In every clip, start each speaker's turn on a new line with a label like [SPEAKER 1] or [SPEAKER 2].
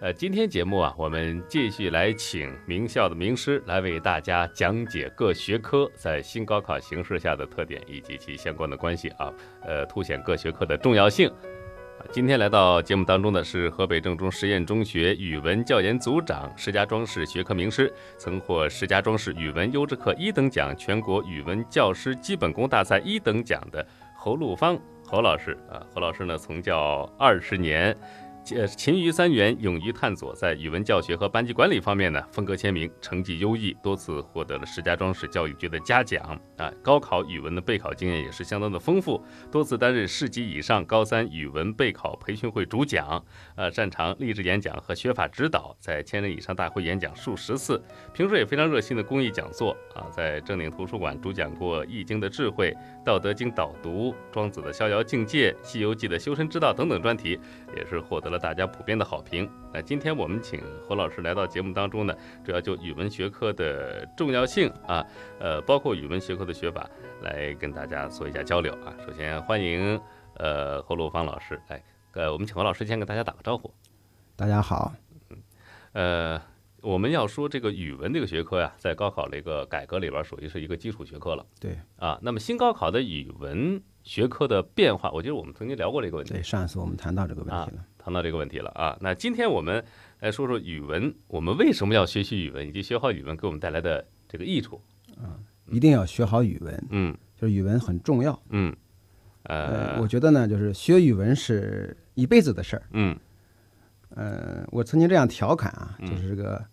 [SPEAKER 1] 呃，今天节目啊，我们继续来请名校的名师来为大家讲解各学科在新高考形势下的特点以及其相关的关系啊，呃，凸显各学科的重要性。啊今天来到节目当中的是河北郑州实验中学语文教研组长、石家庄市学科名师，曾获石家庄市语文优质课一等奖、全国语文教师基本功大赛一等奖的侯陆芳侯老师啊。侯老师呢，从教二十年。呃，勤于三元，勇于探索，在语文教学和班级管理方面呢，风格鲜明，成绩优异，多次获得了石家庄市教育局的嘉奖啊。高考语文的备考经验也是相当的丰富，多次担任市级以上高三语文备考培训会主讲，呃，擅长励志演讲和学法指导，在千人以上大会演讲数十次，平时也非常热心的公益讲座啊，在正定图书馆主讲过《易经的智慧》《道德经》导读、《庄子的逍遥境界》《西游记的修身之道》等等专题，也是获得了大家普遍的好评。那今天我们请侯老师来到节目当中呢，主要就语文学科的重要性啊，呃，包括语文学科的学法，来跟大家做一下交流啊。首先欢迎呃侯陆芳老师来，呃，我们请侯老师先跟大家打个招呼。
[SPEAKER 2] 大家好，
[SPEAKER 1] 呃，我们要说这个语文这个学科呀、在高考这个改革里边儿属于是一个基础学科了
[SPEAKER 2] 对
[SPEAKER 1] 啊。那么新高考的语文学科的变化，我觉得我们曾经聊过这个问题
[SPEAKER 2] 对，，上一次我们谈到这个问题了。
[SPEAKER 1] 谈到这个问题了啊。那今天我们来说说语文，我们为什么要学习语文，以及学好语文给我们带来的这个益处？
[SPEAKER 2] 一定要学好语文，
[SPEAKER 1] 嗯
[SPEAKER 2] 就是语文很重要。
[SPEAKER 1] 嗯，
[SPEAKER 2] 呃，
[SPEAKER 1] 呃
[SPEAKER 2] 我觉得呢，就是学语文是一辈子的事儿。
[SPEAKER 1] 嗯
[SPEAKER 2] 呃，我曾经这样调侃啊，就是这个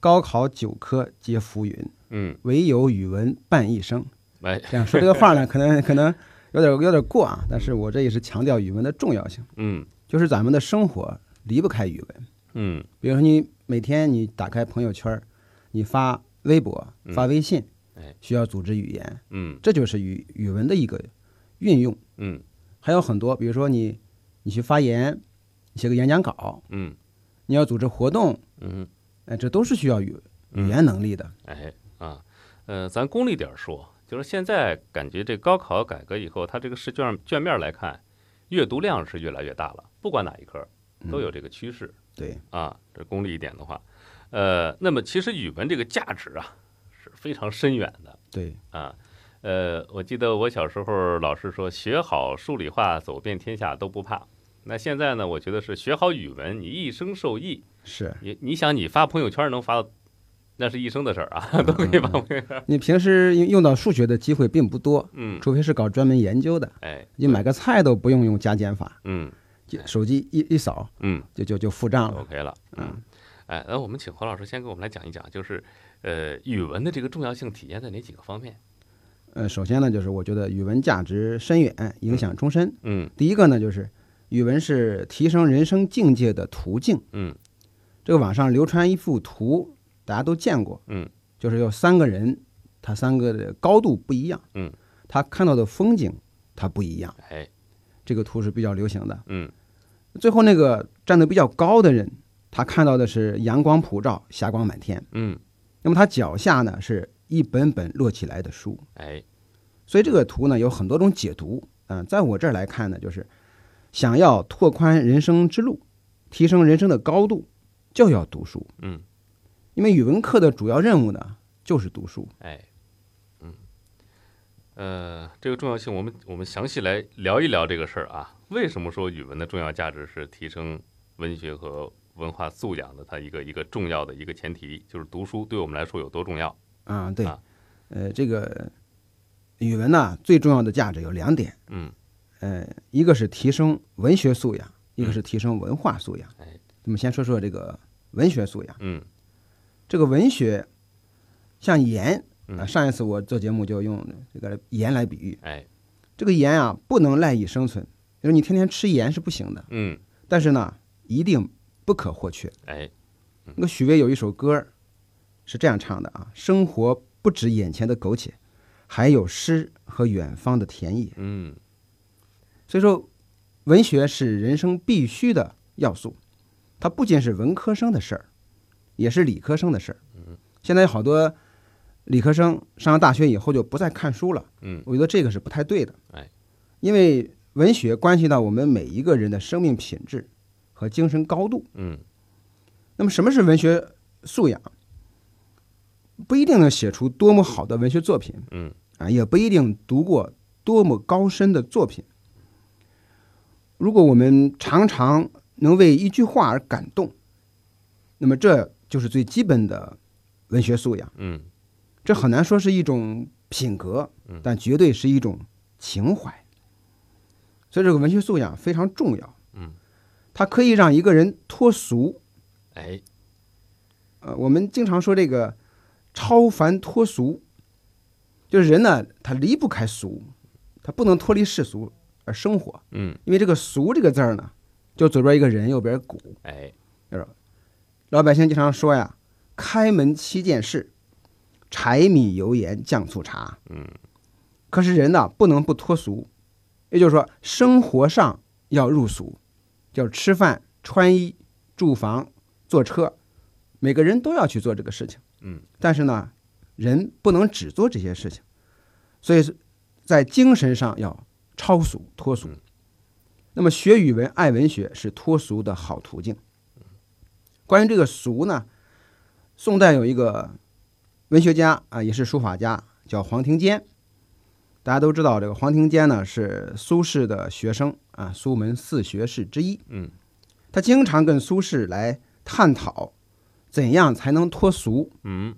[SPEAKER 2] 高考九科皆浮云，
[SPEAKER 1] 嗯，
[SPEAKER 2] 唯有语文伴一生。
[SPEAKER 1] 哎
[SPEAKER 2] 这样说这个话 呢，可能可能有点有点过啊，但是我这也是强调语文的重要性，
[SPEAKER 1] 嗯
[SPEAKER 2] 就是咱们的生活离不开语文。
[SPEAKER 1] 嗯
[SPEAKER 2] 比如说你每天你打开朋友圈儿，你发微博、发微信，
[SPEAKER 1] 哎
[SPEAKER 2] 需要组织语言。
[SPEAKER 1] 嗯
[SPEAKER 2] 这就是语语文的一个运用。
[SPEAKER 1] 嗯
[SPEAKER 2] 还有很多，比如说你你去发言，你写个演讲稿，
[SPEAKER 1] 嗯
[SPEAKER 2] 你要组织活动，
[SPEAKER 1] 嗯，
[SPEAKER 2] 哎，这都是需要语语言能力的。
[SPEAKER 1] 哎啊，呃，咱功利点儿说，就是现在感觉这高考改革以后，它这个试卷卷面来看，阅读量是越来越大了，不管哪一科儿都有这个趋势。
[SPEAKER 2] 对，
[SPEAKER 1] 啊，这功利一点的话，呃，那么其实语文这个价值啊是非常深远的
[SPEAKER 2] 对，
[SPEAKER 1] 啊。呃，我记得我小时候老师说，学好数理化，走遍天下都不怕。那现在呢，我觉得是学好语文，你一生受益。
[SPEAKER 2] 是
[SPEAKER 1] 你你想，你发朋友圈能发到，那是一生的事儿啊， 都可以发朋友圈。
[SPEAKER 2] 你平时用用到数学的机会并不多，
[SPEAKER 1] 嗯，
[SPEAKER 2] 除非是搞专门研究的，
[SPEAKER 1] 哎，
[SPEAKER 2] 你买个菜都不用用加减法，
[SPEAKER 1] 嗯
[SPEAKER 2] 就手机一一扫
[SPEAKER 1] 嗯
[SPEAKER 2] 就就就付账了。
[SPEAKER 1] ，OK 了，嗯。哎，那我们请侯老师先给我们来讲一讲，就是，呃，语文的这个重要性体现在哪几个方面？
[SPEAKER 2] 呃，首先呢，就是我觉得语文价值深远，影响终身。
[SPEAKER 1] 嗯
[SPEAKER 2] 第一个呢，就是语文是提升人生境界的途径。
[SPEAKER 1] 嗯
[SPEAKER 2] 这个网上流传一幅图，大家都见过，
[SPEAKER 1] 嗯，
[SPEAKER 2] 就是有三个人，他三个的高度不一样，
[SPEAKER 1] 嗯，
[SPEAKER 2] 他看到的风景他不一样，
[SPEAKER 1] 哎，
[SPEAKER 2] 这个图是比较流行的。
[SPEAKER 1] 嗯
[SPEAKER 2] 最后那个站得比较高的人，他看到的是阳光普照，霞光满天，
[SPEAKER 1] 嗯，
[SPEAKER 2] 那么他脚下呢是一本本摞起来的书，
[SPEAKER 1] 哎，
[SPEAKER 2] 所以这个图呢有很多种解读。嗯、在我这儿来看呢，就是想要拓宽人生之路，提升人生的高度，就要读书。
[SPEAKER 1] 嗯，
[SPEAKER 2] 因为语文课的主要任务呢就是读书。
[SPEAKER 1] 哎，嗯，呃，这个重要性，我们我们详细来聊一聊这个事儿啊。为什么说语文的重要价值是提升文学和文化素养的它一个一个重要的一个前提，就是读书对我们来说有多重要？
[SPEAKER 2] 啊，对，
[SPEAKER 1] 啊
[SPEAKER 2] 呃，这个语文呢最重要的价值有两点，
[SPEAKER 1] 嗯，
[SPEAKER 2] 呃，一个是提升文学素养，一个是提升文化素养。
[SPEAKER 1] 哎，
[SPEAKER 2] 我们先说说这个文学素养。
[SPEAKER 1] 嗯
[SPEAKER 2] 这个文学，像盐啊、
[SPEAKER 1] 嗯，
[SPEAKER 2] 上一次我做节目就用这个盐来比喻，
[SPEAKER 1] 哎，
[SPEAKER 2] 这个盐啊不能赖以生存，就是你天天吃盐是不行的，
[SPEAKER 1] 嗯，
[SPEAKER 2] 但是呢，一定不可或缺。
[SPEAKER 1] 哎，
[SPEAKER 2] 那个许巍有一首歌儿是这样唱的啊：“生活不止眼前的苟且，还有诗和远方的田野。
[SPEAKER 1] 嗯”
[SPEAKER 2] 所以说，文学是人生必须的要素，它不仅是文科生的事儿，也是理科生的事儿。现在有好多理科生上了大学以后就不再看书了，
[SPEAKER 1] 嗯，
[SPEAKER 2] 我觉得这个是不太对的。
[SPEAKER 1] 哎，
[SPEAKER 2] 因为文学关系到我们每一个人的生命品质和精神高度。
[SPEAKER 1] 嗯，
[SPEAKER 2] 那么什么是文学素养？不一定能写出多么好的文学作品，
[SPEAKER 1] 嗯
[SPEAKER 2] 啊，也不一定读过多么高深的作品。如果我们常常能为一句话而感动，那么这就是最基本的文学素养。
[SPEAKER 1] 嗯
[SPEAKER 2] 这很难说是一种品格，但绝对是一种情怀。所以，这个文学素养非常重要。
[SPEAKER 1] 嗯，
[SPEAKER 2] 它可以让一个人脱俗。
[SPEAKER 1] 哎，
[SPEAKER 2] 呃，我们经常说这个超凡脱俗，就是人呢，他离不开俗，他不能脱离世俗而生活。
[SPEAKER 1] 嗯
[SPEAKER 2] 因为这个“俗”这个字儿呢，就左边一个人，右边骨，
[SPEAKER 1] 哎，
[SPEAKER 2] 老百姓经常说呀，开门七件事：柴米油盐酱醋茶。嗯，可是人呐，不能不脱俗，也就是说，生活上要入俗，就是吃饭、穿衣、住房、坐车，每个人都要去做这个事情。
[SPEAKER 1] 嗯，
[SPEAKER 2] 但是呢，人不能只做这些事情，所以是在精神上要超俗、脱俗。那么，学语文、爱文学是脱俗的好途径。关于这个俗呢，宋代有一个文学家啊，也是书法家，叫黄庭坚。大家都知道，这个黄庭坚呢是苏轼的学生啊，苏门四学士之一。
[SPEAKER 1] 嗯，
[SPEAKER 2] 他经常跟苏轼来探讨怎样才能脱俗。
[SPEAKER 1] 嗯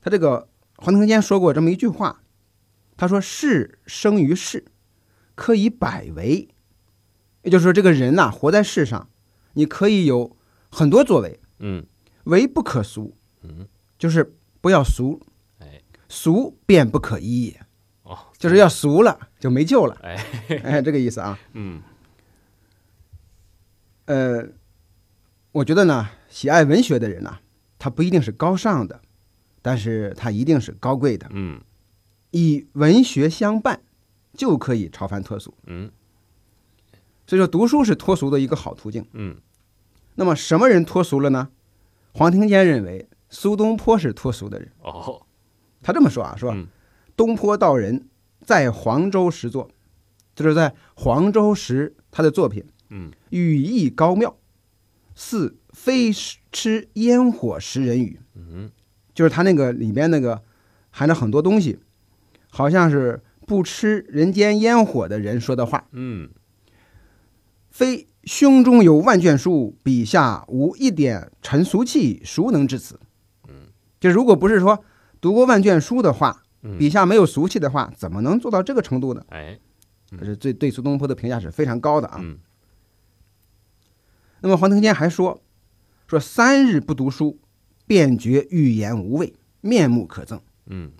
[SPEAKER 2] 他这个黄庭坚说过这么一句话，他说：“士生于世，可以百为。”也就是说，这个人呐、活在世上，你可以有很多作为，
[SPEAKER 1] 嗯
[SPEAKER 2] 为不可俗，
[SPEAKER 1] 嗯，
[SPEAKER 2] 就是不要俗，
[SPEAKER 1] 哎，
[SPEAKER 2] 俗便不可依也，
[SPEAKER 1] 哦，
[SPEAKER 2] 就是要俗了就没救了，
[SPEAKER 1] 哎，
[SPEAKER 2] 哎，这个意思啊。
[SPEAKER 1] 嗯
[SPEAKER 2] 呃，我觉得呢，喜爱文学的人呐、他不一定是高尚的，但是他一定是高贵的。
[SPEAKER 1] 嗯
[SPEAKER 2] 以文学相伴，就可以超凡脱俗。
[SPEAKER 1] 嗯
[SPEAKER 2] 所以说，读书是脱俗的一个好途径。
[SPEAKER 1] 嗯，
[SPEAKER 2] 那么，什么人脱俗了呢？黄庭坚认为，苏东坡是脱俗的人。
[SPEAKER 1] 哦，
[SPEAKER 2] 他这么说啊，说
[SPEAKER 1] 嗯
[SPEAKER 2] 东坡道人在黄州时作，就是在黄州时他的作品，
[SPEAKER 1] 嗯，
[SPEAKER 2] 语意高妙，似非吃烟火食人语，
[SPEAKER 1] 嗯
[SPEAKER 2] 就是他那个里面那个含着很多东西，好像是不吃人间烟火的人说的话，
[SPEAKER 1] 嗯
[SPEAKER 2] 非胸中有万卷书，笔下无一点尘俗气，孰能至此？
[SPEAKER 1] 嗯，
[SPEAKER 2] 就如果不是说读过万卷书的话，
[SPEAKER 1] 嗯，
[SPEAKER 2] 笔下没有俗气的话，怎么能做到这个程度呢？
[SPEAKER 1] 哎，嗯
[SPEAKER 2] 可是对对苏东坡的评价是非常高的啊。
[SPEAKER 1] 嗯
[SPEAKER 2] 那么黄庭坚还说，说三日不读书，便觉欲言无味，面目可憎。
[SPEAKER 1] 嗯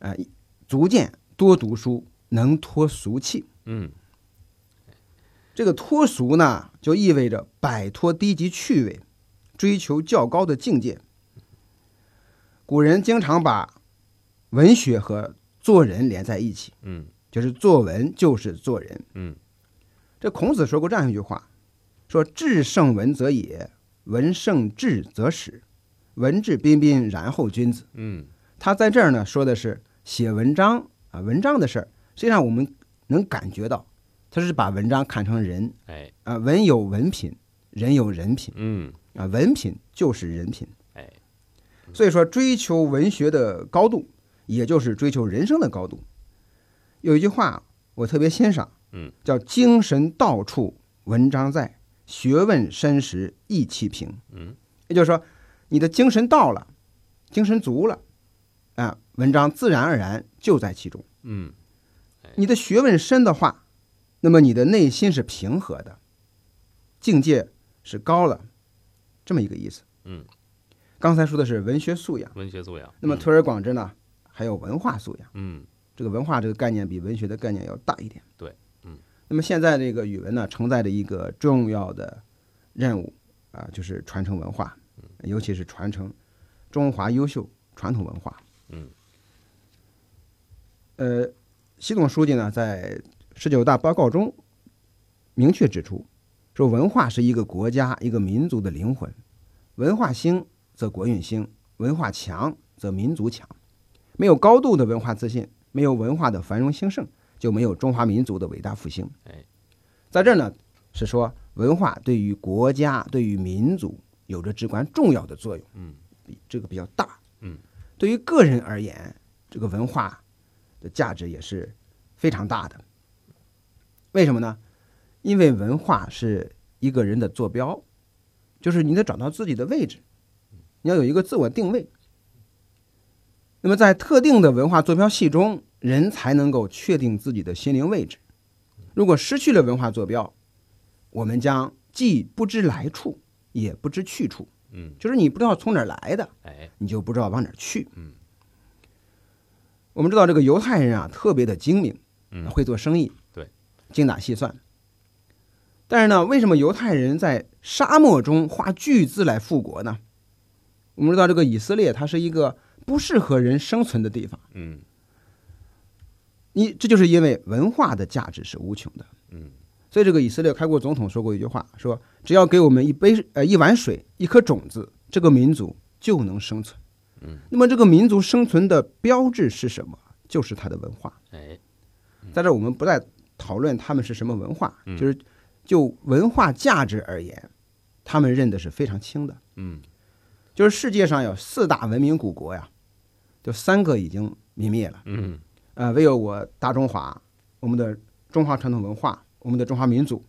[SPEAKER 2] 呃，足见多读书能脱俗气。
[SPEAKER 1] 嗯
[SPEAKER 2] 这个脱俗呢，就意味着摆脱低级趣味，追求较高的境界。古人经常把文学和做人连在一起，
[SPEAKER 1] 嗯
[SPEAKER 2] 就是作文就是做人。
[SPEAKER 1] 嗯
[SPEAKER 2] 这孔子说过这样一句话，说“至圣文则也，文圣至则始，文质彬彬，然后君子。
[SPEAKER 1] 嗯”
[SPEAKER 2] 他在这儿呢说的是写文章啊，文章的事儿。实际上我们能感觉到，他是把文章看成人
[SPEAKER 1] 哎，
[SPEAKER 2] 啊，文有文品，人有人品
[SPEAKER 1] 嗯
[SPEAKER 2] 啊，文品就是人品。
[SPEAKER 1] 哎，
[SPEAKER 2] 所以说，追求文学的高度，也就是追求人生的高度。有一句话我特别欣赏，
[SPEAKER 1] 嗯，
[SPEAKER 2] 叫“精神到处文章在，学问深时意气平”。
[SPEAKER 1] 嗯，
[SPEAKER 2] 也就是说，你的精神到了，精神足了，啊，文章自然而然就在其中。
[SPEAKER 1] 嗯
[SPEAKER 2] 你的学问深的话，那么你的内心是平和的，境界是高了，这么一个意思。
[SPEAKER 1] 嗯，
[SPEAKER 2] 刚才说的是文学素养。
[SPEAKER 1] 文学素养，
[SPEAKER 2] 那么推而广之呢，还有文化素养。
[SPEAKER 1] 嗯
[SPEAKER 2] 这个文化这个概念比文学的概念要大一点。
[SPEAKER 1] 对，嗯。
[SPEAKER 2] 那么现在这个语文呢，承载着一个重要的任务啊、就是传承文化，
[SPEAKER 1] 嗯
[SPEAKER 2] 尤其是传承中华优秀传统文化。
[SPEAKER 1] 嗯。
[SPEAKER 2] 呃，习总书记呢，在十九大报告中明确指出，说文化是一个国家、一个民族的灵魂，文化兴则国运兴，文化强则民族强。没有高度的文化自信，没有文化的繁荣兴盛，就没有中华民族的伟大复兴。
[SPEAKER 1] 哎，
[SPEAKER 2] 在这儿呢，是说文化对于国家、对于民族有着至关重要的作用，
[SPEAKER 1] 嗯，
[SPEAKER 2] 比这个比较大，
[SPEAKER 1] 嗯，
[SPEAKER 2] 对于个人而言，这个文化的价值也是非常大的。为什么呢？因为文化是一个人的坐标，就是你得找到自己的位置，你要有一个自我定位。那么在特定的文化坐标系中，人才能够确定自己的心灵位置。如果失去了文化坐标，我们将既不知来处，也不知去处。
[SPEAKER 1] 嗯，
[SPEAKER 2] 就是你不知道从哪儿来的，
[SPEAKER 1] 哎，
[SPEAKER 2] 你就不知道往哪儿去。
[SPEAKER 1] 嗯，
[SPEAKER 2] 我们知道这个犹太人啊，特别的精明，
[SPEAKER 1] 嗯
[SPEAKER 2] 会做生意，
[SPEAKER 1] 对，
[SPEAKER 2] 精打细算。但是呢，为什么犹太人在沙漠中花巨资来复国呢？我们知道这个以色列，它是一个不适合人生存的地方。
[SPEAKER 1] 嗯
[SPEAKER 2] 你这就是因为文化的价值是无穷的。
[SPEAKER 1] 嗯
[SPEAKER 2] 所以这个以色列开国总统说过一句话，说只要给我们一杯呃一碗水，一颗种子，这个民族就能生存。
[SPEAKER 1] 嗯，
[SPEAKER 2] 那么这个民族生存的标志是什么？就是它的文化。
[SPEAKER 1] 哎，
[SPEAKER 2] 在这儿我们不再讨论他们是什么文化，
[SPEAKER 1] 嗯
[SPEAKER 2] 就是就文化价值而言，他们认得是非常清的。
[SPEAKER 1] 嗯
[SPEAKER 2] 就是世界上有四大文明古国呀，就三个已经泯灭了。
[SPEAKER 1] 嗯
[SPEAKER 2] 呃，唯有我大中华，我们的中华传统文化，我们的中华民族，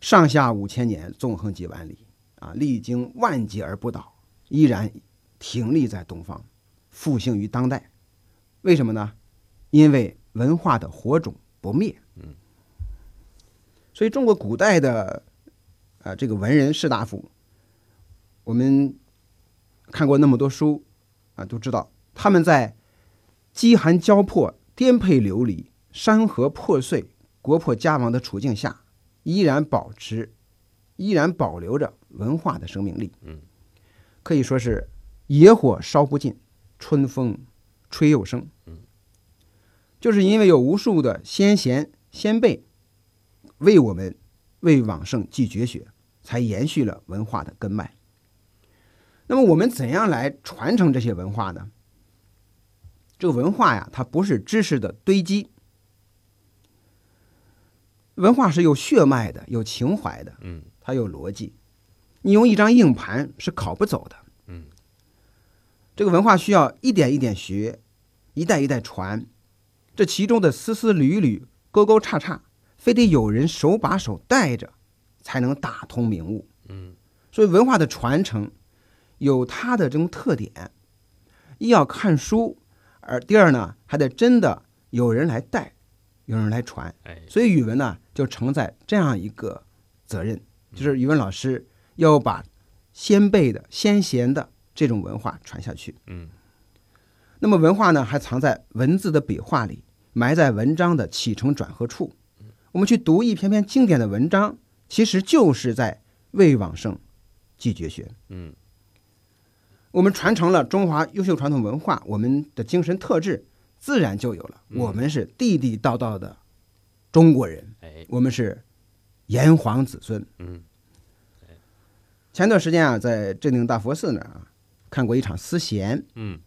[SPEAKER 2] 上下五千年，纵横几万里啊，历经万劫而不倒，依然挺立在东方，复兴于当代。为什么呢？因为文化的火种不灭。嗯，所以中国古代的呃这个文人士大夫，我们看过那么多书啊，都知道他们在饥寒交迫、颠沛流离、山河破碎、国破家亡的处境下，依然保持、依然保留着文化的生命力。
[SPEAKER 1] 嗯，
[SPEAKER 2] 可以说是野火烧不尽，春风吹又生。
[SPEAKER 1] 嗯，
[SPEAKER 2] 就是因为有无数的先贤先辈为我们、为往圣继绝学，才延续了文化的根脉。那么我们怎样来传承这些文化呢？这个文化呀，它不是知识的堆积，文化是有血脉的，有情怀的，
[SPEAKER 1] 嗯
[SPEAKER 2] 它有逻辑。你用一张硬盘是拷不走的。
[SPEAKER 1] 嗯，
[SPEAKER 2] 这个文化需要一点一点学，一代一代传，这其中的丝丝缕缕、勾勾叉叉，非得有人手把手带着，才能打通明悟。
[SPEAKER 1] 嗯
[SPEAKER 2] 所以文化的传承有它的这种特点，一要看书，而第二呢，还得真的有人来带，有人来传。
[SPEAKER 1] 哎，
[SPEAKER 2] 所以语文呢就承载这样一个责任，就是语文老师要把先辈的、先贤的这种文化传下去。
[SPEAKER 1] 嗯
[SPEAKER 2] 那么文化呢，还藏在文字的笔画里，埋在文章的起承转合处。我们去读一篇篇经典的文章，其实就是在为往圣继绝学。
[SPEAKER 1] 嗯
[SPEAKER 2] 我们传承了中华优秀传统文化，我们的精神特质自然就有了。
[SPEAKER 1] 嗯
[SPEAKER 2] 我们是地地道道的中国人，
[SPEAKER 1] 哎，
[SPEAKER 2] 我们是炎黄子孙。
[SPEAKER 1] 嗯
[SPEAKER 2] 前段时间啊，在镇定大佛寺那儿啊，看过一场思贤，
[SPEAKER 1] 嗯，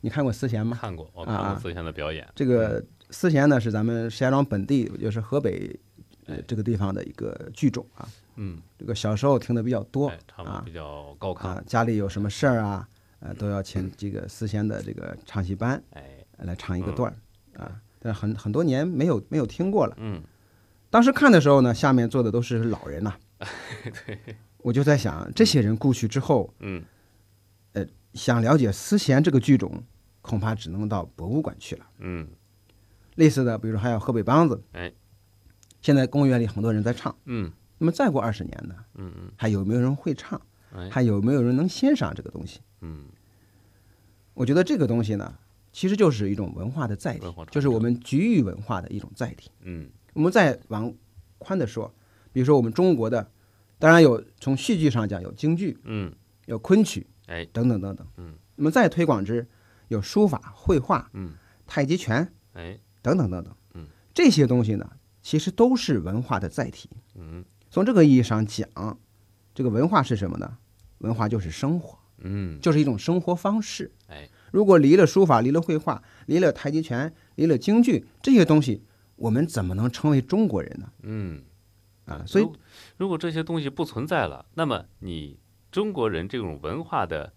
[SPEAKER 2] 你看过思贤吗？
[SPEAKER 1] 看过，我看过思贤的表演，
[SPEAKER 2] 啊这个思贤呢，是咱们石家庄本地，也就是河北呃这个地方的一个剧种啊。
[SPEAKER 1] 嗯，
[SPEAKER 2] 这个小时候听的比较多
[SPEAKER 1] 哎，唱的比较高亢，
[SPEAKER 2] 啊，家里有什么事儿啊，呃，都要请这个思贤的这个唱戏班
[SPEAKER 1] 哎，
[SPEAKER 2] 来唱一个段儿啊。但是很很多年没有没有听过了。
[SPEAKER 1] 嗯
[SPEAKER 2] 当时看的时候呢，下面坐的都是老人呐、 我就在想，这些人故去之后，
[SPEAKER 1] 嗯
[SPEAKER 2] 想了解思贤这个剧种，恐怕只能到博物馆去了。
[SPEAKER 1] 嗯
[SPEAKER 2] 类似的，比如说还有河北梆子，
[SPEAKER 1] 哎，
[SPEAKER 2] 现在公园里很多人在唱。
[SPEAKER 1] 嗯
[SPEAKER 2] 那么再过二十年呢，
[SPEAKER 1] 嗯嗯，
[SPEAKER 2] 还有没有人会唱？
[SPEAKER 1] 哎，
[SPEAKER 2] 还有没有人能欣赏这个东西？
[SPEAKER 1] 嗯
[SPEAKER 2] 我觉得这个东西呢，其实就是一种文化的载体
[SPEAKER 1] 文化，传
[SPEAKER 2] 就是我们局域文化的一种载体。
[SPEAKER 1] 嗯
[SPEAKER 2] 我们再往宽的说，比如说我们中国的，当然有从戏剧上讲有京剧、
[SPEAKER 1] 嗯，
[SPEAKER 2] 有昆曲
[SPEAKER 1] 哎，
[SPEAKER 2] 等等等等。
[SPEAKER 1] 嗯，
[SPEAKER 2] 那么再推广之，有书法、绘画、
[SPEAKER 1] 嗯
[SPEAKER 2] 太极拳
[SPEAKER 1] 哎，
[SPEAKER 2] 等等等等。
[SPEAKER 1] 嗯，
[SPEAKER 2] 这些东西呢，其实都是文化的载体。
[SPEAKER 1] 嗯
[SPEAKER 2] 从这个意义上讲，这个文化是什么呢？文化就是生活，
[SPEAKER 1] 嗯，
[SPEAKER 2] 就是一种生活方式。
[SPEAKER 1] 哎，
[SPEAKER 2] 如果离了书法，离了绘画，离了太极拳，离了京剧这些东西，我们怎么能成为中国人呢？
[SPEAKER 1] 嗯。
[SPEAKER 2] 啊，所以
[SPEAKER 1] 如，如果这些东西不存在了，那么你中国人这种文化的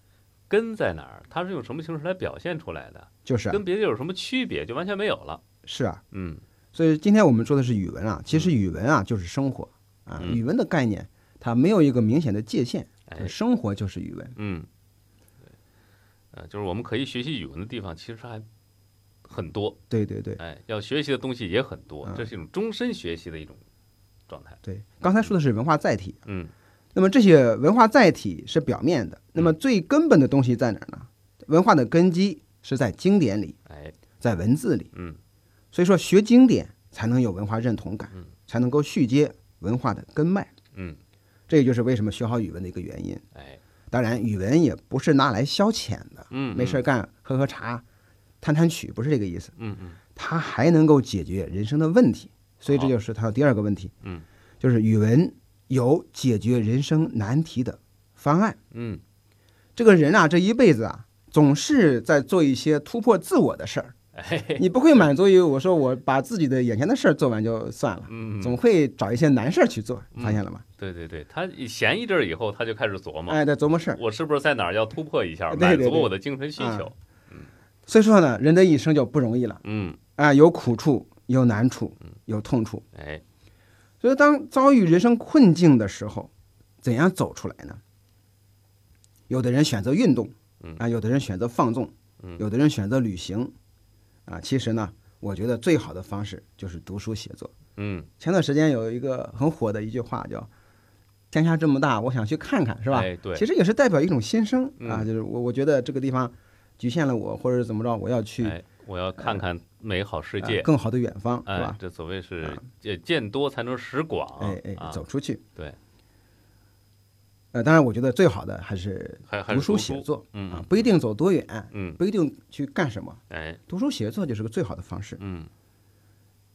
[SPEAKER 1] 根在哪儿？它是用什么形式来表现出来的？
[SPEAKER 2] 就是啊
[SPEAKER 1] 跟别的有什么区别？就完全没有了。
[SPEAKER 2] 是啊。
[SPEAKER 1] 嗯
[SPEAKER 2] 所以今天我们说的是语文啊，其实语文啊就是生活啊，
[SPEAKER 1] 嗯
[SPEAKER 2] 语文的概念它没有一个明显的界限，
[SPEAKER 1] 哎
[SPEAKER 2] 就是生活就是语文。
[SPEAKER 1] 嗯，对，呃，就是我们可以学习语文的地方其实还很多，
[SPEAKER 2] 对对对
[SPEAKER 1] 哎，要学习的东西也很多，
[SPEAKER 2] 嗯
[SPEAKER 1] 这是一种终身学习的一种状态。
[SPEAKER 2] 对，刚才说的是文化载体，啊
[SPEAKER 1] 嗯
[SPEAKER 2] 那么这些文化载体是表面的，那么最根本的东西在哪儿呢？文化的根基是在经典里，
[SPEAKER 1] 哎
[SPEAKER 2] 在文字里。
[SPEAKER 1] 嗯
[SPEAKER 2] 所以说，学经典才能有文化认同感
[SPEAKER 1] 嗯，
[SPEAKER 2] 才能够续接文化的根脉。
[SPEAKER 1] 嗯
[SPEAKER 2] 这也就是为什么学好语文的一个原因。
[SPEAKER 1] 哎
[SPEAKER 2] 当然，语文也不是拿来消遣的，
[SPEAKER 1] 嗯，
[SPEAKER 2] 没事儿干喝喝茶、弹弹曲，不是这个意思。
[SPEAKER 1] 嗯嗯
[SPEAKER 2] 它还能够解决人生的问题，所以这就是它的第二个问题。
[SPEAKER 1] 嗯，
[SPEAKER 2] 就是语文有解决人生难题的方案。
[SPEAKER 1] 嗯
[SPEAKER 2] 这个人啊，这一辈子啊，总是在做一些突破自我的事儿。
[SPEAKER 1] 哎
[SPEAKER 2] 你不会满足于我说我把自己的眼前的事儿做完就算了，
[SPEAKER 1] 嗯，
[SPEAKER 2] 总会找一些难事儿去做，发现了吗？
[SPEAKER 1] 对对对，他一闲一阵儿以后，他就开始琢磨，
[SPEAKER 2] 哎，在琢磨事儿。
[SPEAKER 1] 我是不是在哪儿要突破一下，
[SPEAKER 2] 对
[SPEAKER 1] 满
[SPEAKER 2] 对
[SPEAKER 1] 足
[SPEAKER 2] 对
[SPEAKER 1] 我的精神需求？
[SPEAKER 2] 所以说呢，人的一生就不容易了
[SPEAKER 1] 嗯，
[SPEAKER 2] 啊、有苦处，有难处，有痛处。
[SPEAKER 1] 哎，
[SPEAKER 2] 所以当遭遇人生困境的时候，怎样走出来呢？有的人选择运动
[SPEAKER 1] 嗯，
[SPEAKER 2] 啊，有的人选择放纵
[SPEAKER 1] 嗯，
[SPEAKER 2] 有的人选择旅行，啊，其实呢，我觉得最好的方式就是读书写作。
[SPEAKER 1] 嗯，
[SPEAKER 2] 前段时间有一个很火的一句话叫“天下这么大，我想去看看”，是吧？
[SPEAKER 1] 哎，对，
[SPEAKER 2] 其实也是代表一种心声啊，
[SPEAKER 1] 嗯
[SPEAKER 2] 就是我我觉得这个地方局限了我，或者是怎么着，我要去、
[SPEAKER 1] 哎，我要看看美好世
[SPEAKER 2] 啊
[SPEAKER 1] 界，
[SPEAKER 2] 更好的远方，是
[SPEAKER 1] 哎
[SPEAKER 2] 吧，？啊
[SPEAKER 1] 这所谓是见见多才能识广，
[SPEAKER 2] 哎哎，
[SPEAKER 1] 啊，
[SPEAKER 2] 走出去。
[SPEAKER 1] 对，
[SPEAKER 2] 呃，当然，我觉得最好的还是
[SPEAKER 1] 还还
[SPEAKER 2] 读
[SPEAKER 1] 是书
[SPEAKER 2] 书写，作
[SPEAKER 1] 嗯
[SPEAKER 2] 啊，不一定走多远，
[SPEAKER 1] 嗯，
[SPEAKER 2] 不一定去干什么，
[SPEAKER 1] 哎，
[SPEAKER 2] 读书写作就是个最好的方式。
[SPEAKER 1] 嗯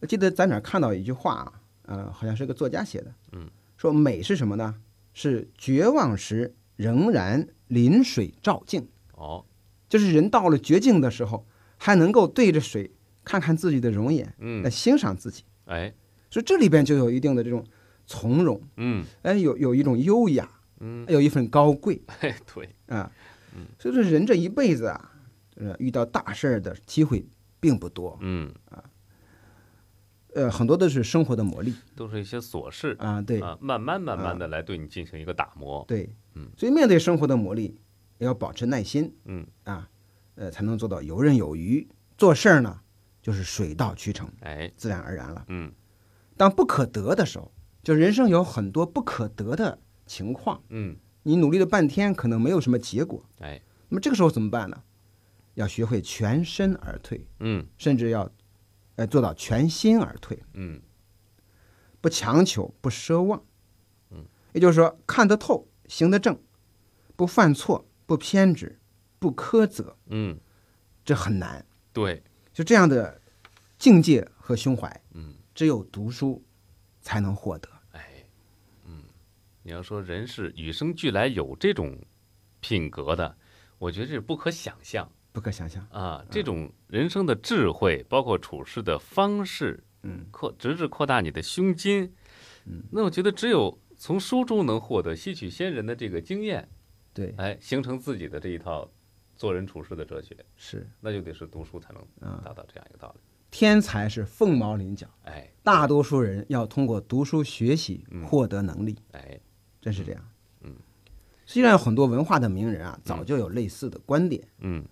[SPEAKER 2] 我记得在哪儿看到一句话啊，呃，好像是个作家写的，
[SPEAKER 1] 嗯，
[SPEAKER 2] 说美是什么呢？是绝望时仍然临水照镜，
[SPEAKER 1] 哦，
[SPEAKER 2] 就是人到了绝境的时候，还能够对着水看看自己的容颜，
[SPEAKER 1] 嗯
[SPEAKER 2] 来，欣赏自己。
[SPEAKER 1] 哎，
[SPEAKER 2] 所以这里边就有一定的这种从容，
[SPEAKER 1] 嗯
[SPEAKER 2] 哎，有有一种优雅，
[SPEAKER 1] 嗯，
[SPEAKER 2] 有一份高贵
[SPEAKER 1] 哎，对，
[SPEAKER 2] 啊。所以说，人这一辈子啊，呃，遇到大事儿的机会并不多，
[SPEAKER 1] 嗯，
[SPEAKER 2] 呃，很多都是生活的磨砺
[SPEAKER 1] 都是一些琐事
[SPEAKER 2] 啊。对
[SPEAKER 1] 啊，慢慢慢慢的来对你进行一个打磨，
[SPEAKER 2] 对
[SPEAKER 1] 嗯，
[SPEAKER 2] 所以面对生活的磨砺，也要保持耐心
[SPEAKER 1] 嗯，
[SPEAKER 2] 啊，呃，才能做到游刃有余。做事儿呢，就是水到渠成，
[SPEAKER 1] 哎，
[SPEAKER 2] 自然而然了。
[SPEAKER 1] 嗯
[SPEAKER 2] 当不可得的时候，就人生有很多不可得的情况，
[SPEAKER 1] 嗯，
[SPEAKER 2] 你努力了半天，可能没有什么结果。
[SPEAKER 1] 哎，
[SPEAKER 2] 那么这个时候怎么办呢？要学会全身而退，
[SPEAKER 1] 嗯
[SPEAKER 2] 甚至要，呃，做到全心而退，
[SPEAKER 1] 嗯
[SPEAKER 2] 不强求，不奢望。
[SPEAKER 1] 嗯
[SPEAKER 2] 也就是说，看得透，行得正，不犯错，不偏执，不苛责，
[SPEAKER 1] 嗯，
[SPEAKER 2] 这很难。
[SPEAKER 1] 对，
[SPEAKER 2] 就这样的境界和胸怀，
[SPEAKER 1] 嗯，
[SPEAKER 2] 只有读书才能获得。
[SPEAKER 1] 哎，嗯，你要说人是与生俱来有这种品格的，我觉得这是不可想象
[SPEAKER 2] 不可想象，
[SPEAKER 1] 啊！这种人生的智慧，包括处事的方式，
[SPEAKER 2] 嗯，
[SPEAKER 1] 扩直至扩大你的胸襟，嗯，那我觉得只有从书中能获得吸取先人的这个经验，
[SPEAKER 2] 对，
[SPEAKER 1] 哎，形成自己的这一套做人处事的哲学，
[SPEAKER 2] 是
[SPEAKER 1] 那就得是读书才能
[SPEAKER 2] 啊
[SPEAKER 1] 达到这样一个道理。
[SPEAKER 2] 天才是凤毛麟角，
[SPEAKER 1] 哎，
[SPEAKER 2] 大多数人要通过读书学习
[SPEAKER 1] 嗯
[SPEAKER 2] 获得能力，
[SPEAKER 1] 哎，
[SPEAKER 2] 真是这样。
[SPEAKER 1] 嗯，
[SPEAKER 2] 虽然有很多文化的名人啊，早就有类似的观点，
[SPEAKER 1] 嗯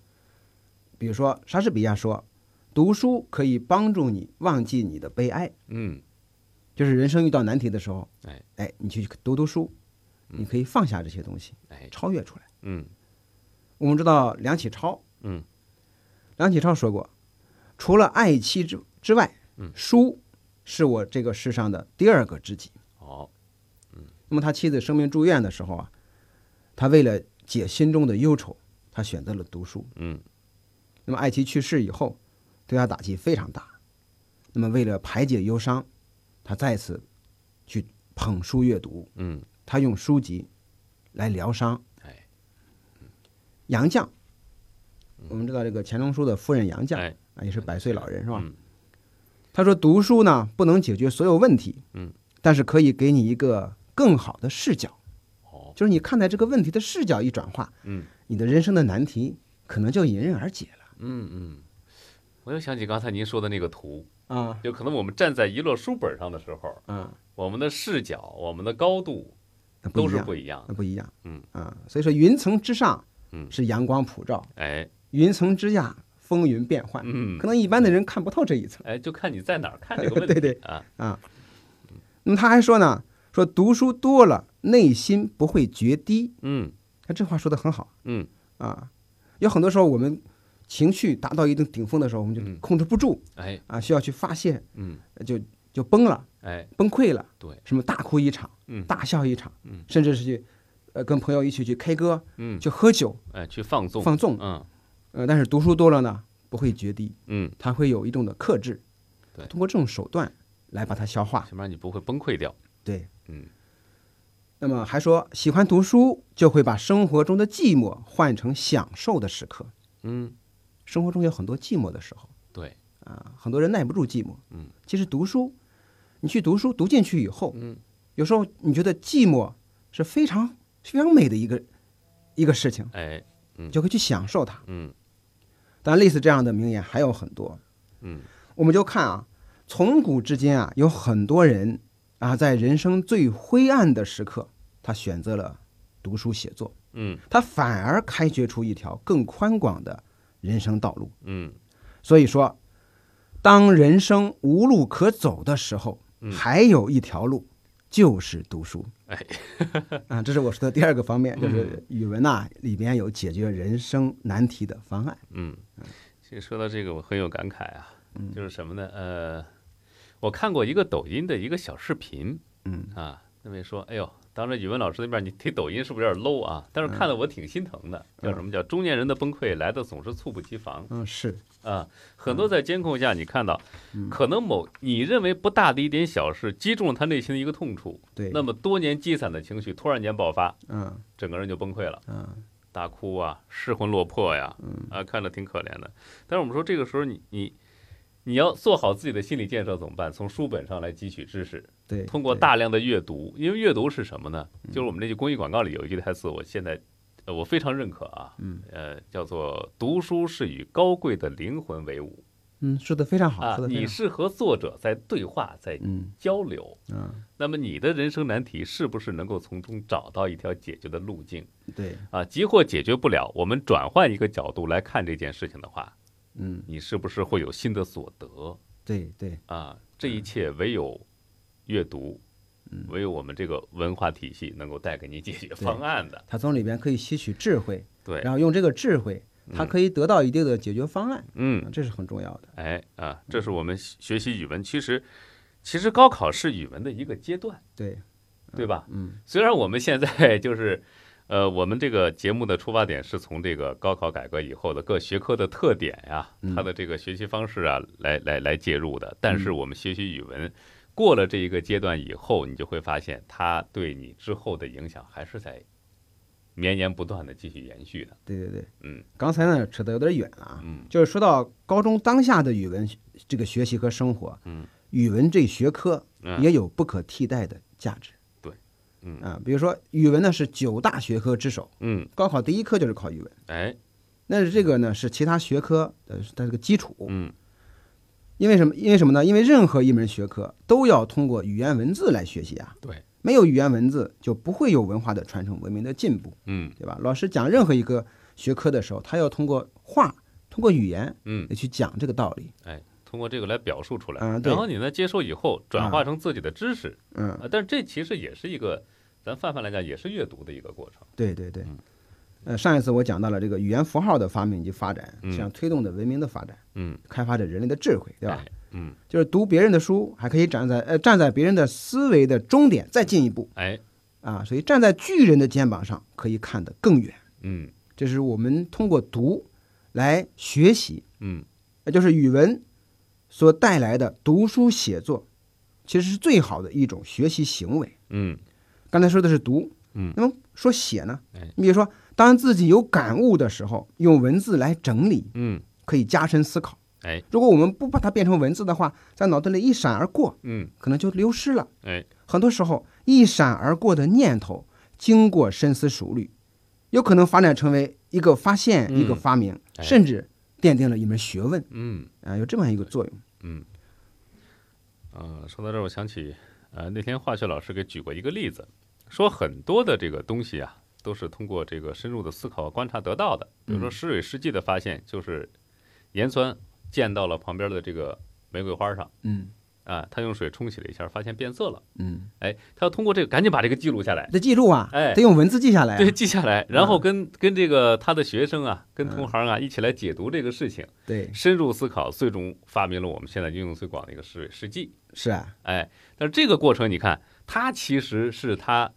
[SPEAKER 2] 比如说莎士比亚说，读书可以帮助你忘记你的悲哀，
[SPEAKER 1] 嗯，
[SPEAKER 2] 就是人生遇到难题的时候，
[SPEAKER 1] 哎嗯
[SPEAKER 2] 哎，你去读读书，你可以放下这些东西，
[SPEAKER 1] 哎，
[SPEAKER 2] 超越出来。
[SPEAKER 1] 嗯
[SPEAKER 2] 我们知道梁启超，
[SPEAKER 1] 嗯，
[SPEAKER 2] 梁启超说过，除了爱妻之之外，
[SPEAKER 1] 嗯
[SPEAKER 2] 书是我这个世上的第二个知己。
[SPEAKER 1] 好，
[SPEAKER 2] 那么他妻子生病住院的时候啊，他为了解心中的忧愁，他选择了读书。
[SPEAKER 1] 嗯
[SPEAKER 2] 那么爱妻去世以后，对他打击非常大。那么为了排解忧伤，他再次去捧书阅读，
[SPEAKER 1] 嗯，
[SPEAKER 2] 他用书籍来疗伤。
[SPEAKER 1] 哎
[SPEAKER 2] 杨绛，我们知道这个钱钟书的夫人杨绛
[SPEAKER 1] 哎，
[SPEAKER 2] 啊，也是百岁老人是吧？
[SPEAKER 1] 嗯
[SPEAKER 2] 他说读书呢不能解决所有问题，
[SPEAKER 1] 嗯，
[SPEAKER 2] 但是可以给你一个更好的视角。
[SPEAKER 1] 哦，
[SPEAKER 2] 就是你看待这个问题的视角一转化，
[SPEAKER 1] 嗯，
[SPEAKER 2] 你的人生的难题可能就迎刃而解
[SPEAKER 1] 嗯嗯，我又想起刚才您说的那个图，
[SPEAKER 2] 了啊
[SPEAKER 1] 有可能我们站在一摞书本上的时候，
[SPEAKER 2] 啊，
[SPEAKER 1] 我们的视角、我们的高度
[SPEAKER 2] 那不
[SPEAKER 1] 嗯都
[SPEAKER 2] 一
[SPEAKER 1] 是
[SPEAKER 2] 样，
[SPEAKER 1] 不一样的。
[SPEAKER 2] 那不一样，
[SPEAKER 1] 嗯
[SPEAKER 2] 啊，所以说云层之上，
[SPEAKER 1] 嗯
[SPEAKER 2] 是阳光普照，
[SPEAKER 1] 哎，
[SPEAKER 2] 云层之下风云变幻，
[SPEAKER 1] 嗯
[SPEAKER 2] 可，能一般的人看不透这一层
[SPEAKER 1] 哎，就看你在哪儿 看这个问题
[SPEAKER 2] 对对
[SPEAKER 1] 啊。
[SPEAKER 2] 啊。那么他还说呢，说读书多了，内心不会决堤。
[SPEAKER 1] 嗯
[SPEAKER 2] 他这话说的很好
[SPEAKER 1] 嗯，
[SPEAKER 2] 啊。有很多时候我们情绪达到一定顶峰的时候，我们就
[SPEAKER 1] 嗯
[SPEAKER 2] 控制不住
[SPEAKER 1] 哎
[SPEAKER 2] 啊，需要去发泄，呃
[SPEAKER 1] 嗯
[SPEAKER 2] 就就崩了，
[SPEAKER 1] 哎
[SPEAKER 2] 崩溃了，
[SPEAKER 1] 对，
[SPEAKER 2] 什么大哭一场，
[SPEAKER 1] 嗯
[SPEAKER 2] 大笑一场，
[SPEAKER 1] 嗯
[SPEAKER 2] 甚至是去呃跟朋友一起去 K 歌，
[SPEAKER 1] 嗯，
[SPEAKER 2] 去喝酒
[SPEAKER 1] 哎去放纵，
[SPEAKER 2] 放纵。
[SPEAKER 1] 嗯
[SPEAKER 2] 呃，但是读书多了呢，不会决堤，
[SPEAKER 1] 嗯，
[SPEAKER 2] 他会有一种的克制，
[SPEAKER 1] 对
[SPEAKER 2] 通过这种手段来把它消化。
[SPEAKER 1] 起码你不会崩溃掉。
[SPEAKER 2] 对，
[SPEAKER 1] 嗯，
[SPEAKER 2] 那么还说喜欢读书，就会把生活中的寂寞换成享受的时刻。
[SPEAKER 1] 嗯，
[SPEAKER 2] 生活中有很多寂寞的时候
[SPEAKER 1] 对，
[SPEAKER 2] 啊，很多人耐不住寂寞。
[SPEAKER 1] 嗯，
[SPEAKER 2] 其实读书，你去读书，读进去以后，
[SPEAKER 1] 嗯，
[SPEAKER 2] 有时候你觉得寂寞是非常非常美的一个一个事情，
[SPEAKER 1] 哎嗯
[SPEAKER 2] 就会去享受它。
[SPEAKER 1] 嗯
[SPEAKER 2] 但类似这样的名言还有很多。
[SPEAKER 1] 嗯，
[SPEAKER 2] 我们就看啊，从古至今啊，有很多人啊，在人生最灰暗的时刻，他选择了读书写作，
[SPEAKER 1] 嗯
[SPEAKER 2] 他反而开掘出一条更宽广的人生道路。
[SPEAKER 1] 嗯
[SPEAKER 2] 所以说，当人生无路可走的时候，还有一条路。就是读书，
[SPEAKER 1] 嗯哎 嗯
[SPEAKER 2] 啊，这是我说的第二个方面，就是语文呐、里边有解决人生难题的方案。
[SPEAKER 1] 嗯，其实说到这个，我很有感慨啊，就是什么呢？呃，我看过一个抖音的一个小视频，
[SPEAKER 2] 嗯
[SPEAKER 1] 啊，那位说，哎呦，当着语文老师那边，你提抖音是不是有点 low 啊？但是看得我挺心疼的，叫什么叫中年人的崩溃来的总是猝不及防
[SPEAKER 2] 嗯，是，
[SPEAKER 1] 啊！很多在监控下，你看到，可能某你认为不大的一点小事，击中了他内心的一个痛处，
[SPEAKER 2] 对。
[SPEAKER 1] 那么多年积攒的情绪突然间爆发，
[SPEAKER 2] 嗯
[SPEAKER 1] 整个人就崩溃了。
[SPEAKER 2] 嗯
[SPEAKER 1] 大哭啊，失魂落魄呀，啊，看着挺可怜的。但是我们说这个时候你你你要做好自己的心理建设怎么办？从书本上来汲取知识，
[SPEAKER 2] 对，
[SPEAKER 1] 通过
[SPEAKER 2] 对嗯
[SPEAKER 1] 大量的阅读，因为阅读是什么呢？就是我们那句公益广告里有一句台词，我现在呃我非常认可啊，
[SPEAKER 2] 嗯
[SPEAKER 1] 呃，叫做读书是与高贵的灵魂为伍
[SPEAKER 2] 嗯，说的非常好，
[SPEAKER 1] 啊
[SPEAKER 2] 说，的非
[SPEAKER 1] 你
[SPEAKER 2] 常好。
[SPEAKER 1] 是和作者在对话，在
[SPEAKER 2] 嗯
[SPEAKER 1] 交流。
[SPEAKER 2] 嗯，
[SPEAKER 1] 那么你的人生难题是不是能够从中找到一条解决的路径？
[SPEAKER 2] 对，
[SPEAKER 1] 啊，即或解决不了，我们转换一个角度来看这件事情的话，
[SPEAKER 2] 嗯
[SPEAKER 1] 你是不是会有新的所得
[SPEAKER 2] 对对，
[SPEAKER 1] 啊？这
[SPEAKER 2] 嗯
[SPEAKER 1] 一切唯有阅读，唯有我们这个文化体系能够带给你解决方案的。
[SPEAKER 2] 他从里边可以吸取智慧，
[SPEAKER 1] 对，
[SPEAKER 2] 然后用这个智慧，他可以得到一定的解决方案，啊
[SPEAKER 1] 嗯，
[SPEAKER 2] 这是很重要的。
[SPEAKER 1] 哎啊，这
[SPEAKER 2] 嗯
[SPEAKER 1] 是我们学习语文，其实其实高考是语文的一个阶段，
[SPEAKER 2] 对，
[SPEAKER 1] 对吧？
[SPEAKER 2] 嗯
[SPEAKER 1] 虽然我们现在 就是。呃，我们这个节目的出发点是从这个高考改革以后的各学科的特点呀、
[SPEAKER 2] 嗯
[SPEAKER 1] 它的这个学习方式啊，来来来介入的。但是我们学习语文过了这一个阶段以后，你就会发现它对你之后的影响还是在绵延不断的继续延续的。
[SPEAKER 2] 对对对，
[SPEAKER 1] 嗯
[SPEAKER 2] 刚才呢扯得有点远了啊，
[SPEAKER 1] 嗯
[SPEAKER 2] 就是说到高中当下的语文学这个学习和生活，
[SPEAKER 1] 嗯，
[SPEAKER 2] 语文这学科
[SPEAKER 1] 嗯
[SPEAKER 2] 也有不可替代的价值。
[SPEAKER 1] 对，嗯
[SPEAKER 2] 啊，比如说语文呢是九大学科之首，
[SPEAKER 1] 嗯，
[SPEAKER 2] 高考第一科就是考语文，
[SPEAKER 1] 哎
[SPEAKER 2] 但是这个呢是其他学科呃它这个基础，
[SPEAKER 1] 嗯
[SPEAKER 2] 因为什么？因为什么呢？因为任何一门学科都要通过语言文字来学习啊。
[SPEAKER 1] 对，
[SPEAKER 2] 没有语言文字，就不会有文化的传承、文明的进步，
[SPEAKER 1] 嗯
[SPEAKER 2] 对吧？老师讲任何一个学科的时候，他要通过画、通过语言
[SPEAKER 1] 嗯，
[SPEAKER 2] 来去讲这个道理。
[SPEAKER 1] 哎，通过这个来表述出来，
[SPEAKER 2] 啊对啊
[SPEAKER 1] 然后你呢接受以后转化成自己的知识，
[SPEAKER 2] 嗯，
[SPEAKER 1] 啊，但是这其实也是一个，咱泛泛来讲也是阅读的一个过程。
[SPEAKER 2] 对对对。呃，上一次我讲到了这个语言符号的发明以及发展，
[SPEAKER 1] 嗯
[SPEAKER 2] 实际上推动着文明的发展，
[SPEAKER 1] 嗯，
[SPEAKER 2] 开发着人类的智慧，对吧？
[SPEAKER 1] 哎嗯，
[SPEAKER 2] 就是读别人的书，还可以站在呃站在别人的思维的终点再进一步
[SPEAKER 1] 哎，
[SPEAKER 2] 啊，所以站在巨人的肩膀上，可以看得更远。
[SPEAKER 1] 嗯
[SPEAKER 2] 这是我们通过读来学习，
[SPEAKER 1] 嗯
[SPEAKER 2] 也就是语文所带来的读书写作，其实是最好的一种学习行为。
[SPEAKER 1] 嗯
[SPEAKER 2] 刚才说的是读，
[SPEAKER 1] 嗯，
[SPEAKER 2] 那么说写呢？
[SPEAKER 1] 哎
[SPEAKER 2] 你比如说，当自己有感悟的时候，用文字来整理，
[SPEAKER 1] 嗯，
[SPEAKER 2] 可以加深思考。
[SPEAKER 1] 哎，
[SPEAKER 2] 如果我们不把它变成文字的话，在脑袋里一闪而过，
[SPEAKER 1] 嗯
[SPEAKER 2] 可能就流失了。
[SPEAKER 1] 哎，
[SPEAKER 2] 很多时候，一闪而过的念头经过深思熟虑，有可能发展成为一个发现、
[SPEAKER 1] 嗯
[SPEAKER 2] 一个发明，
[SPEAKER 1] 哎
[SPEAKER 2] 甚至奠定了一门学问
[SPEAKER 1] 嗯。
[SPEAKER 2] 啊，有这么样一个作用。
[SPEAKER 1] 嗯，呃，说到这儿，我想起，呃，那天化学老师给举过一个例子，说很多的这个东西啊，都是通过这个深入的思考和观察得到的。比如说
[SPEAKER 2] 嗯
[SPEAKER 1] 石蕊试剂的发现，就是盐酸溅到了旁边的这个玫瑰花上，
[SPEAKER 2] 嗯
[SPEAKER 1] 啊，他用水冲洗了一下，发现变色了。
[SPEAKER 2] 嗯，
[SPEAKER 1] 哎，他要通过这个赶紧把这个记录下来，
[SPEAKER 2] 得记住啊，
[SPEAKER 1] 哎
[SPEAKER 2] 得用文字记下来 啊、
[SPEAKER 1] 对，记下来，然后
[SPEAKER 2] 嗯
[SPEAKER 1] 跟跟这个他的学生啊，跟
[SPEAKER 2] 嗯
[SPEAKER 1] 同行啊一起来解读这个事情，
[SPEAKER 2] 对，
[SPEAKER 1] 深入思考，最终发明了我们现在应用最广的一个石蕊试剂。
[SPEAKER 2] 是啊，
[SPEAKER 1] 哎，但是这个过程你看，它其实是他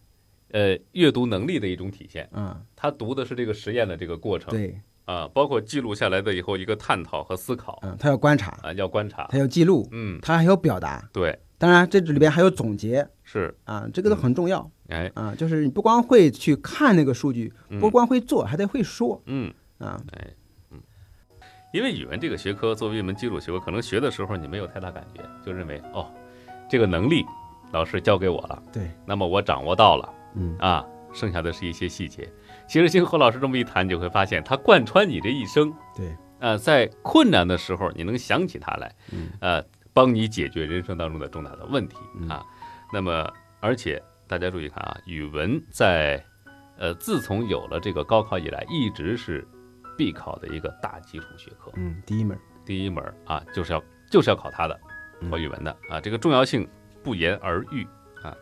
[SPEAKER 1] 呃阅读能力的一种体现，
[SPEAKER 2] 啊，
[SPEAKER 1] 他读的是这个实验的这个过程
[SPEAKER 2] 对，
[SPEAKER 1] 啊，包括记录下来的以后一个探讨和思考
[SPEAKER 2] 嗯，他要观察，
[SPEAKER 1] 啊，要观察，
[SPEAKER 2] 他要记录，
[SPEAKER 1] 嗯，
[SPEAKER 2] 他还要表达，
[SPEAKER 1] 对，
[SPEAKER 2] 当然这里边还有总结
[SPEAKER 1] 是，
[SPEAKER 2] 啊，这个都很重要
[SPEAKER 1] 哎，
[SPEAKER 2] 啊，就是你不光会去看那个数据，
[SPEAKER 1] 嗯
[SPEAKER 2] 不光会做，还得会说
[SPEAKER 1] 嗯，
[SPEAKER 2] 啊，
[SPEAKER 1] 因为语文这个学科作为一门基础学科，可能学的时候你没有太大感觉，就认为哦，这个能力老师教给我了，
[SPEAKER 2] 对，
[SPEAKER 1] 那么我掌握到了。
[SPEAKER 2] 嗯，
[SPEAKER 1] 啊，剩下的是一些细节。其实经何老师这么一谈，你就会发现它贯穿你这一生。
[SPEAKER 2] 对，
[SPEAKER 1] 呃，在困难的时候，你能想起它来，
[SPEAKER 2] 嗯
[SPEAKER 1] 呃，帮你解决人生当中的重大的问题啊。那么，而且大家注意看啊，语文在呃，自从有了这个高考以来，一直是必考的一个大基础学科。
[SPEAKER 2] 嗯，第一门，
[SPEAKER 1] 第一门儿啊，就是要就是要考它的，考语文的啊，这个重要性不言而喻啊。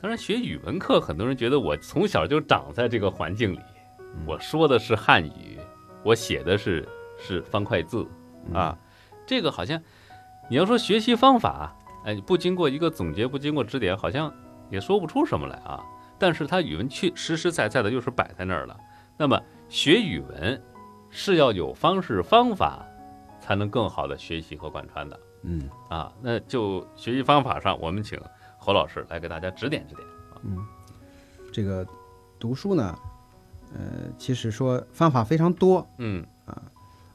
[SPEAKER 1] 当然，学语文课，很多人觉得我从小就长在这个环境里，我说的是汉语，我写的是是方块字啊，这个好像你要说学习方法，哎，不经过一个总结，不经过指点，好像也说不出什么来啊。但是它语文确实实在在的就是摆在那儿了。那么学语文是要有方式方法，才能更好的学习和贯穿的
[SPEAKER 2] 嗯
[SPEAKER 1] 啊。那就学习方法上，我们请侯老师来给大家指点指点。
[SPEAKER 2] 嗯，这个读书呢，呃，其实说方法非常多，
[SPEAKER 1] 嗯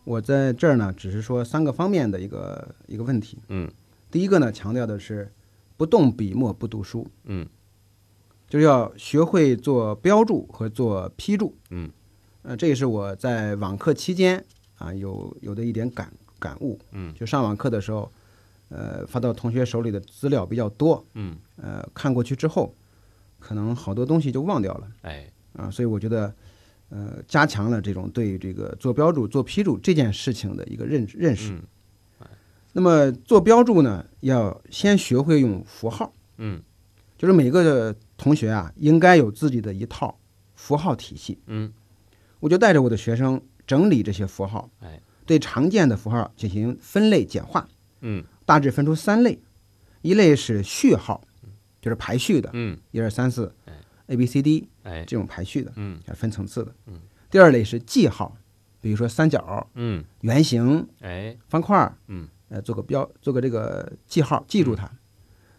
[SPEAKER 2] 我在这儿呢只是说三个方面的一个一个问题。
[SPEAKER 1] 嗯
[SPEAKER 2] 第一个呢，强调的是不动笔墨不读书，
[SPEAKER 1] 嗯
[SPEAKER 2] 就是要学会做标注和做批注。
[SPEAKER 1] 嗯
[SPEAKER 2] 呃，这也是我在网课期间啊有有的一点感感悟。
[SPEAKER 1] 嗯
[SPEAKER 2] 就上网课的时候，呃，发到同学手里的资料比较多，
[SPEAKER 1] 嗯，
[SPEAKER 2] 呃，看过去之后，可能好多东西就忘掉了
[SPEAKER 1] 哎，
[SPEAKER 2] 啊，所以我觉得。呃，加强了这种对这个做标注、做批注这件事情的一个认知认识。
[SPEAKER 1] 嗯
[SPEAKER 2] 那么做标注呢，要先学会用符号，
[SPEAKER 1] 嗯
[SPEAKER 2] 就是每个同学啊，应该有自己的一套符号体系。
[SPEAKER 1] 嗯
[SPEAKER 2] 我就带着我的学生整理这些符号，
[SPEAKER 1] 哎，
[SPEAKER 2] 对常见的符号进行分类简化，
[SPEAKER 1] 嗯
[SPEAKER 2] 大致分出三类，一类是序号，就是排序的，
[SPEAKER 1] 嗯
[SPEAKER 2] 一二三四
[SPEAKER 1] 哎
[SPEAKER 2] ，A B C D
[SPEAKER 1] 哎
[SPEAKER 2] 这种排序的，
[SPEAKER 1] 嗯
[SPEAKER 2] 啊，分层次的
[SPEAKER 1] 嗯。
[SPEAKER 2] 第二类是记号，比如说三角、
[SPEAKER 1] 嗯
[SPEAKER 2] 圆形、
[SPEAKER 1] 哎
[SPEAKER 2] 方块，
[SPEAKER 1] 嗯
[SPEAKER 2] 呃，做个标，做个这个记号，记住它。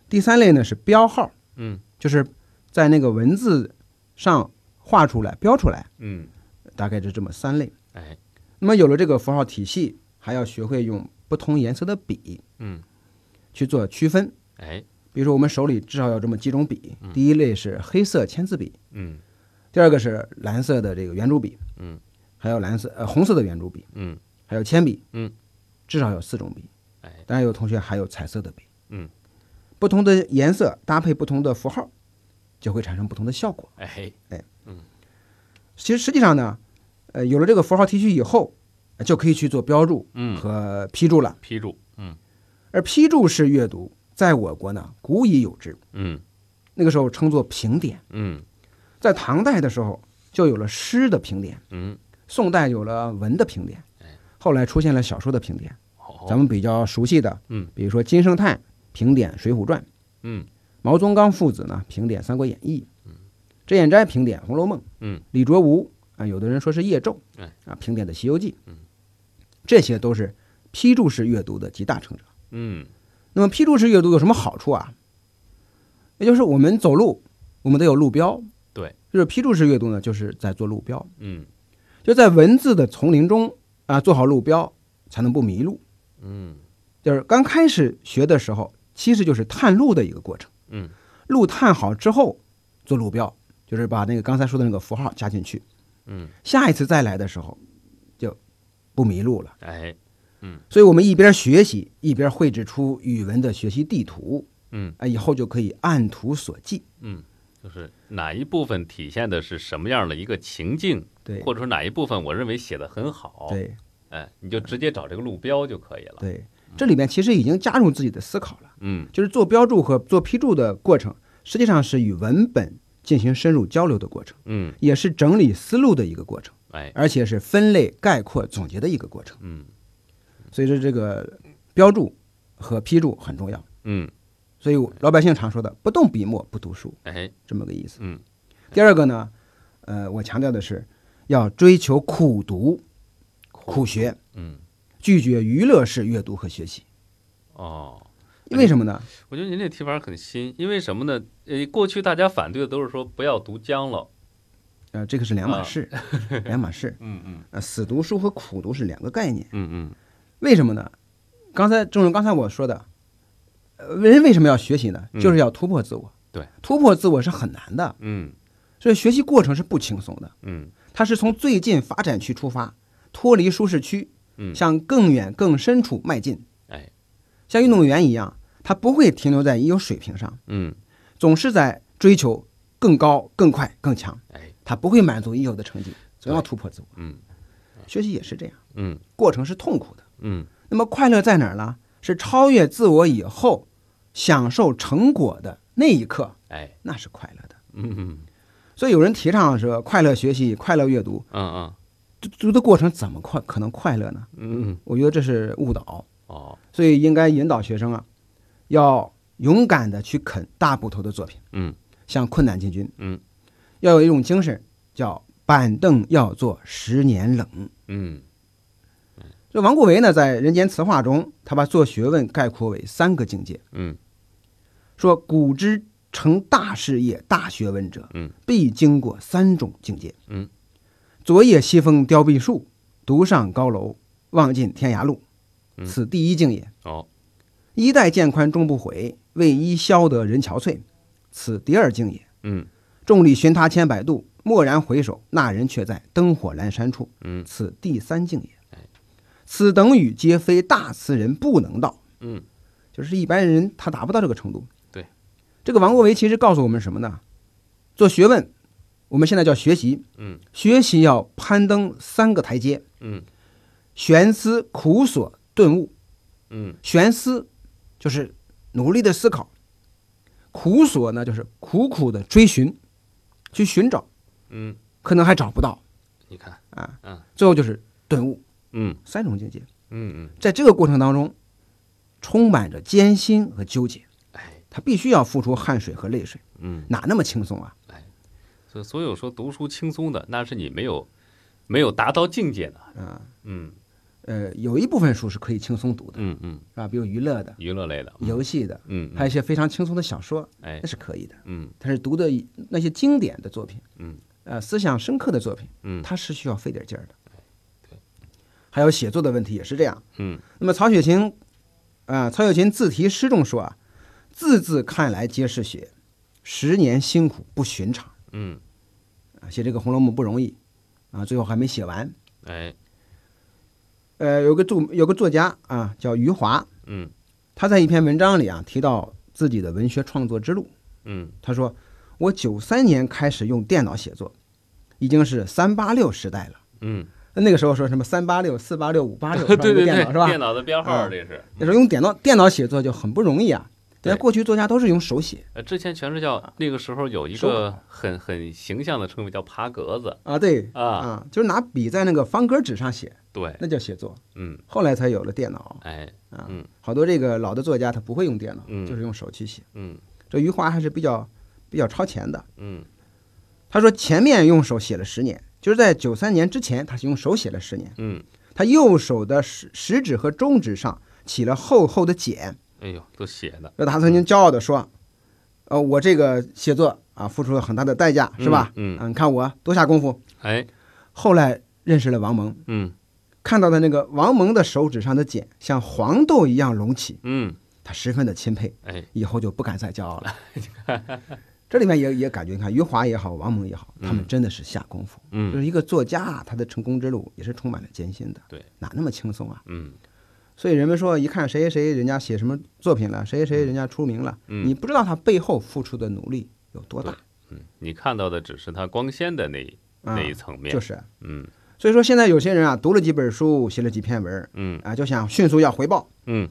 [SPEAKER 2] 第三类呢是标号，
[SPEAKER 1] 嗯
[SPEAKER 2] 就是在那个文字上画出来、标出来，
[SPEAKER 1] 嗯
[SPEAKER 2] 大概是这么三类。
[SPEAKER 1] 哎
[SPEAKER 2] 那么有了这个符号体系，还要学会用不同颜色的笔
[SPEAKER 1] 嗯
[SPEAKER 2] 去做区分。
[SPEAKER 1] 哎
[SPEAKER 2] 比如说，我们手里至少有这么几种笔，第一类是黑色签字笔，
[SPEAKER 1] 嗯
[SPEAKER 2] 第二个是蓝色的这个圆珠笔，
[SPEAKER 1] 嗯，
[SPEAKER 2] 还有蓝色呃红色的圆珠笔，
[SPEAKER 1] 嗯
[SPEAKER 2] 还有铅笔，
[SPEAKER 1] 嗯，
[SPEAKER 2] 至少有四种笔。
[SPEAKER 1] 哎
[SPEAKER 2] 当然，有同学还有彩色的笔。
[SPEAKER 1] 嗯
[SPEAKER 2] 不同的颜色搭配不同的符号，就会产生不同的效果。
[SPEAKER 1] 哎
[SPEAKER 2] 其实实际上呢，呃，有了这个符号提取以后，呃就可以去做标注
[SPEAKER 1] 嗯
[SPEAKER 2] 和批注了。
[SPEAKER 1] 批注嗯
[SPEAKER 2] 而批注式阅读，在我国呢古已有之，
[SPEAKER 1] 嗯
[SPEAKER 2] 那个时候称作评点。
[SPEAKER 1] 嗯
[SPEAKER 2] 在唐代的时候，就有了诗的评点，
[SPEAKER 1] 嗯
[SPEAKER 2] 宋代有了文的评点
[SPEAKER 1] 哎，
[SPEAKER 2] 后来出现了小说的评点。
[SPEAKER 1] 好
[SPEAKER 2] 咱们比较熟悉的，
[SPEAKER 1] 嗯，
[SPEAKER 2] 比如说金圣叹评点《水浒传》，
[SPEAKER 1] 嗯
[SPEAKER 2] 毛宗岗父子呢评点《三国演义》，郑砚斋评点《红楼梦》，
[SPEAKER 1] 嗯
[SPEAKER 2] 李卓吾啊，有的人说是叶昼
[SPEAKER 1] 哎，
[SPEAKER 2] 啊评点的《西游记》
[SPEAKER 1] 嗯，
[SPEAKER 2] 这些都是批注式阅读的集大成者。
[SPEAKER 1] 嗯
[SPEAKER 2] 那么批注式阅读有什么好处啊？也就是我们走路，我们得有路标，
[SPEAKER 1] 对，
[SPEAKER 2] 就是批注式阅读呢，就是在做路标，
[SPEAKER 1] 嗯
[SPEAKER 2] 就在文字的丛林中啊做好路标，才能不迷路。
[SPEAKER 1] 嗯
[SPEAKER 2] 就是刚开始学的时候，其实就是探路的一个过程。
[SPEAKER 1] 嗯
[SPEAKER 2] 路探好之后做路标，就是把那个刚才说的那个符号加进去，
[SPEAKER 1] 嗯，
[SPEAKER 2] 下一次再来的时候就不迷路了。
[SPEAKER 1] 哎，
[SPEAKER 2] 所以我们一边学习，一边绘制出语文的学习地图，
[SPEAKER 1] 嗯
[SPEAKER 2] 哎，以后就可以按图索骥。
[SPEAKER 1] 嗯，就是哪一部分体现的是什么样的一个情境，
[SPEAKER 2] 对，
[SPEAKER 1] 或者说哪一部分我认为写的很好，
[SPEAKER 2] 对
[SPEAKER 1] 哎，你就直接找这个路标就可以了。
[SPEAKER 2] 对，这里面其实已经加入自己的思考了，
[SPEAKER 1] 嗯
[SPEAKER 2] 就是做标注和做批注的过程，实际上是与文本进行深入交流的过程，
[SPEAKER 1] 嗯，
[SPEAKER 2] 也是整理思路的一个过程，
[SPEAKER 1] 哎，
[SPEAKER 2] 而且是分类、概括、总结的一个过程。
[SPEAKER 1] 嗯
[SPEAKER 2] 所以说，这个标注和批注很重要。
[SPEAKER 1] 嗯，
[SPEAKER 2] 所以我老百姓常说的“不动笔墨不读书
[SPEAKER 1] 哎，”
[SPEAKER 2] 这么个意思。
[SPEAKER 1] 嗯
[SPEAKER 2] 第二个呢，呃，我强调的是要追求苦读、苦学，
[SPEAKER 1] 嗯，
[SPEAKER 2] 拒绝娱乐式阅读和学习。
[SPEAKER 1] 哦。
[SPEAKER 2] 为什么呢？
[SPEAKER 1] 我觉得您这提法很新，因为什么呢？呃，过去大家反对的都是说不要读僵了，
[SPEAKER 2] 呃，这个是两码事，两码事。
[SPEAKER 1] 嗯嗯
[SPEAKER 2] 呃，死读书和苦读是两个概念。
[SPEAKER 1] 嗯嗯，
[SPEAKER 2] 为什么呢？刚才正如刚才我说的，呃，人为什么要学习呢？
[SPEAKER 1] 嗯
[SPEAKER 2] 就是要突破自我。
[SPEAKER 1] 对，
[SPEAKER 2] 突破自我是很难的，
[SPEAKER 1] 嗯
[SPEAKER 2] 所以学习过程是不轻松的。
[SPEAKER 1] 嗯
[SPEAKER 2] 它是从最近发展区出发，脱离舒适区，
[SPEAKER 1] 嗯，
[SPEAKER 2] 向更远更深处迈进。
[SPEAKER 1] 哎，
[SPEAKER 2] 像运动员一样，他不会停留在已有水平上，
[SPEAKER 1] 嗯
[SPEAKER 2] 总是在追求更高、更快、更强。
[SPEAKER 1] 哎，
[SPEAKER 2] 他不会满足已有的成绩，总要突破自我。
[SPEAKER 1] 嗯
[SPEAKER 2] 学习也是这样，
[SPEAKER 1] 嗯
[SPEAKER 2] 过程是痛苦的。
[SPEAKER 1] 嗯
[SPEAKER 2] 那么快乐在哪儿呢？是超越自我以后，享受成果的那一刻，
[SPEAKER 1] 哎，
[SPEAKER 2] 那是快乐的。
[SPEAKER 1] 嗯嗯
[SPEAKER 2] 所以有人提倡说快乐学习、快乐阅读，
[SPEAKER 1] 嗯
[SPEAKER 2] 读读的过程怎么快可能快乐呢？
[SPEAKER 1] 嗯嗯，
[SPEAKER 2] 我觉得这是误导，
[SPEAKER 1] 哦，
[SPEAKER 2] 所以应该引导学生啊，要勇敢的去啃大部头的作品，
[SPEAKER 1] 嗯
[SPEAKER 2] 向困难进军。
[SPEAKER 1] 嗯，
[SPEAKER 2] 要有一种精神，叫板凳要坐十年冷。
[SPEAKER 1] 嗯
[SPEAKER 2] 这王国维呢，在《人间词话》中，他把做学问概括为三个境界，
[SPEAKER 1] 嗯
[SPEAKER 2] 说古之成大事业、大学问者，
[SPEAKER 1] 嗯，
[SPEAKER 2] 必经过三种境界。
[SPEAKER 1] 嗯，
[SPEAKER 2] 昨夜西风凋碧树，独上高楼，望尽天涯路，
[SPEAKER 1] 嗯
[SPEAKER 2] 此第一境也。
[SPEAKER 1] 哦，
[SPEAKER 2] 衣带渐宽终不悔，为伊消得人憔悴。此第二境也。
[SPEAKER 1] 嗯
[SPEAKER 2] 众里寻他千百度，蓦然回首，那人却在灯火阑珊处。
[SPEAKER 1] 嗯
[SPEAKER 2] 此第三境也。此等语皆非大词人不能到，
[SPEAKER 1] 嗯
[SPEAKER 2] 就是一般人他达不到这个程度。
[SPEAKER 1] 对，
[SPEAKER 2] 这个王国维其实告诉我们什么呢？做学问，我们现在叫学习，
[SPEAKER 1] 嗯
[SPEAKER 2] 学习要攀登三个台阶：
[SPEAKER 1] 嗯
[SPEAKER 2] 悬思、苦索、顿悟。
[SPEAKER 1] 嗯
[SPEAKER 2] 悬思就是努力的思考，苦索呢就是苦苦的追寻，去寻找，
[SPEAKER 1] 嗯，
[SPEAKER 2] 可能还找不到
[SPEAKER 1] 你看，
[SPEAKER 2] 啊。
[SPEAKER 1] 嗯
[SPEAKER 2] 最后就是顿悟，
[SPEAKER 1] 嗯
[SPEAKER 2] 三种境界，
[SPEAKER 1] 嗯嗯，
[SPEAKER 2] 在这个过程当中，充满着艰辛和纠结，
[SPEAKER 1] 哎，
[SPEAKER 2] 他必须要付出汗水和泪水，
[SPEAKER 1] 嗯，
[SPEAKER 2] 哪那么轻松啊？
[SPEAKER 1] 所所有说读书轻松的，那是你没有没有达到境界呢。
[SPEAKER 2] 啊，
[SPEAKER 1] 嗯
[SPEAKER 2] 呃，有一部分书是可以轻松读的，
[SPEAKER 1] 嗯嗯，
[SPEAKER 2] 是吧？比如娱乐的、
[SPEAKER 1] 娱乐类的，
[SPEAKER 2] 游戏的，
[SPEAKER 1] 嗯，
[SPEAKER 2] 还有一些非常轻松的小说，
[SPEAKER 1] 哎
[SPEAKER 2] 那，是可以的。
[SPEAKER 1] 嗯
[SPEAKER 2] 但是读的那些经典的作品，
[SPEAKER 1] 嗯
[SPEAKER 2] 呃，思想深刻的作品，
[SPEAKER 1] 嗯哎
[SPEAKER 2] 它是需要费点劲儿的。还有写作的问题也是这样。
[SPEAKER 1] 嗯
[SPEAKER 2] 那么曹雪芹，啊、曹雪芹自题诗中说啊，字字看来皆是血，十年辛苦不寻常
[SPEAKER 1] 嗯，
[SPEAKER 2] 啊，写这个《红楼梦》不容易啊，最后还没写完。
[SPEAKER 1] 哎，
[SPEAKER 2] 呃，有个著有个作家啊，叫余华，
[SPEAKER 1] 嗯
[SPEAKER 2] 他在一篇文章里啊提到自己的文学创作之路，
[SPEAKER 1] 嗯
[SPEAKER 2] 他说：“我九三年开始用电脑写作，已经是三八六时代了。”
[SPEAKER 1] 嗯，
[SPEAKER 2] 那个时候说什么三八六、四八六、五 八六，
[SPEAKER 1] 对对对，
[SPEAKER 2] 电脑是吧？嗯
[SPEAKER 1] 电脑的编号这是，
[SPEAKER 2] 那时候用电脑电脑写作就很不容易啊。
[SPEAKER 1] 对
[SPEAKER 2] 人家过去作家都是用手写
[SPEAKER 1] 呃，之前全是
[SPEAKER 2] 啊
[SPEAKER 1] 叫那个时候有一
[SPEAKER 2] 手
[SPEAKER 1] 个很很形象的称谓叫爬格子
[SPEAKER 2] 啊，对
[SPEAKER 1] 啊，
[SPEAKER 2] 啊，就是拿笔在那个方格纸上写，
[SPEAKER 1] 对，
[SPEAKER 2] 那叫写作。
[SPEAKER 1] 嗯，
[SPEAKER 2] 后来才有了电脑
[SPEAKER 1] 哎，
[SPEAKER 2] 啊
[SPEAKER 1] 嗯，
[SPEAKER 2] 好多这个老的作家他不会用电脑，
[SPEAKER 1] 嗯
[SPEAKER 2] 就是用手去写。
[SPEAKER 1] 嗯
[SPEAKER 2] 这余华还是比较比较超前的。
[SPEAKER 1] 嗯
[SPEAKER 2] 他说前面用手写了十年，就是在九三年之前，他是用手写了十年。
[SPEAKER 1] 嗯，
[SPEAKER 2] 他右手的食食指和中指上起了厚厚的茧，
[SPEAKER 1] 哎呦，都写的，
[SPEAKER 2] 那他曾经骄傲地说：“呃，我这个写作啊，付出了很大的代价，是吧？
[SPEAKER 1] 嗯嗯
[SPEAKER 2] 啊你看我多下功夫。
[SPEAKER 1] 哎，”
[SPEAKER 2] 后来认识了王蒙，
[SPEAKER 1] 嗯
[SPEAKER 2] 看到的那个王蒙的手指上的茧像黄豆一样隆起，
[SPEAKER 1] 嗯，
[SPEAKER 2] 他十分的钦佩，
[SPEAKER 1] 哎，
[SPEAKER 2] 以后就不敢再骄傲了。这里面也也感觉，你看余华也好，王蒙也好，他们
[SPEAKER 1] 嗯
[SPEAKER 2] 真的是下功夫。就
[SPEAKER 1] 嗯
[SPEAKER 2] 是一个作家，啊他的成功之路也是充满了艰辛的。
[SPEAKER 1] 对，
[SPEAKER 2] 哪那么轻松啊？
[SPEAKER 1] 嗯
[SPEAKER 2] 所以人们说，一看谁谁谁人家写什么作品了，谁谁谁人家出名了，
[SPEAKER 1] 嗯
[SPEAKER 2] 你不知道他背后付出的努力有多大
[SPEAKER 1] 嗯，你看到的只是它光鲜的那一
[SPEAKER 2] 啊
[SPEAKER 1] 那！一层面
[SPEAKER 2] 就，是，
[SPEAKER 1] 嗯
[SPEAKER 2] 所以说现在有些人啊，读了几本书，写了几篇文儿
[SPEAKER 1] 嗯
[SPEAKER 2] 啊，就想迅速要回报。
[SPEAKER 1] 嗯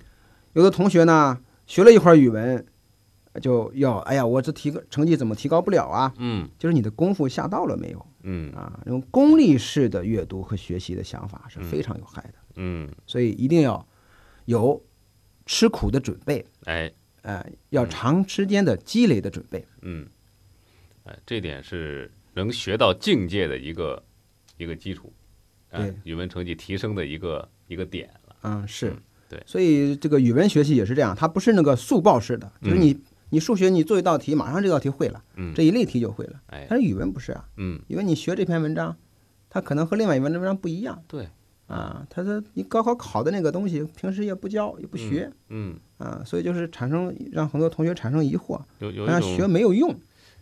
[SPEAKER 2] 有的同学呢，学了一会儿语文，就要哎呀，我这提个成绩怎么提高不了啊？
[SPEAKER 1] 嗯
[SPEAKER 2] 就是你的功夫下到了没有
[SPEAKER 1] 嗯
[SPEAKER 2] 啊？那种功利式的阅读和学习的想法是非常有害的。
[SPEAKER 1] 嗯，
[SPEAKER 2] 所以一定要有吃苦的准备，
[SPEAKER 1] 哎，
[SPEAKER 2] 呃，要长时间的积累的准备。
[SPEAKER 1] 嗯，哎，这点是能学到境界的一个一个基础，啊
[SPEAKER 2] 对，
[SPEAKER 1] 语文成绩提升的一个一个点了，
[SPEAKER 2] 嗯，是
[SPEAKER 1] 嗯，对
[SPEAKER 2] 所以这个语文学习也是这样，它不是那个速报式的，就是你、你数学你做一道题，马上这道题会了，
[SPEAKER 1] 嗯
[SPEAKER 2] 这一类题就会了。
[SPEAKER 1] 哎，
[SPEAKER 2] 但是语文不是啊，
[SPEAKER 1] 嗯，
[SPEAKER 2] 语文你学这篇文章，它可能和另外一篇文章不一样
[SPEAKER 1] 对，
[SPEAKER 2] 啊，它的你高考考的那个东西，平时也不教也不学、
[SPEAKER 1] 嗯，
[SPEAKER 2] 啊，所以就是产生让很多同学产生疑惑，
[SPEAKER 1] 有有
[SPEAKER 2] 好
[SPEAKER 1] 一
[SPEAKER 2] 像学
[SPEAKER 1] 种，
[SPEAKER 2] 没有用。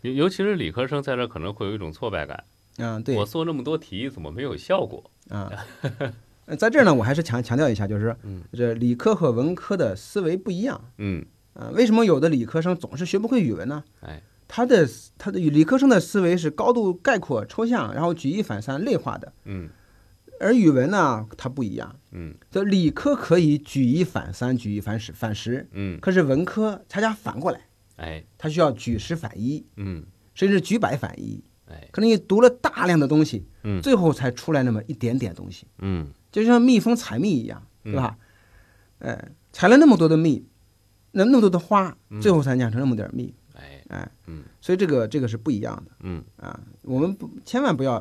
[SPEAKER 1] 尤尤其是理科生在这儿可能会有一种挫败感，
[SPEAKER 2] 嗯，对，
[SPEAKER 1] 我做那么多题怎么没有效果？
[SPEAKER 2] 啊。呃在这儿呢，我还是强强调一下，就是
[SPEAKER 1] 嗯
[SPEAKER 2] 这理科和文科的思维不一样
[SPEAKER 1] 嗯，
[SPEAKER 2] 啊。为什么有的理科生总是学不会语文呢？
[SPEAKER 1] 哎，
[SPEAKER 2] 他的他的理科生的思维是高度概括、抽象，然后举一反三、类化的，
[SPEAKER 1] 嗯
[SPEAKER 2] 而语文呢，它不一样。
[SPEAKER 1] 嗯
[SPEAKER 2] 就理科可以举一反三、举一反十、反十，
[SPEAKER 1] 嗯，
[SPEAKER 2] 可是文科恰恰反过来，
[SPEAKER 1] 哎，
[SPEAKER 2] 它需要举十反一，
[SPEAKER 1] 嗯
[SPEAKER 2] 甚至举百反一。
[SPEAKER 1] 哎，
[SPEAKER 2] 可能你读了大量的东西，
[SPEAKER 1] 嗯
[SPEAKER 2] 最后才出来那么一点点东西。
[SPEAKER 1] 嗯
[SPEAKER 2] 就像蜜蜂采蜜一样，对吧？呃，采了那么多的蜜，那那么多的花，
[SPEAKER 1] 嗯
[SPEAKER 2] 最后才酿成那么点儿蜜，
[SPEAKER 1] 哎，
[SPEAKER 2] 哎，
[SPEAKER 1] 嗯
[SPEAKER 2] 所以这个这个是不一样的
[SPEAKER 1] 嗯
[SPEAKER 2] 啊。我们不千万不要，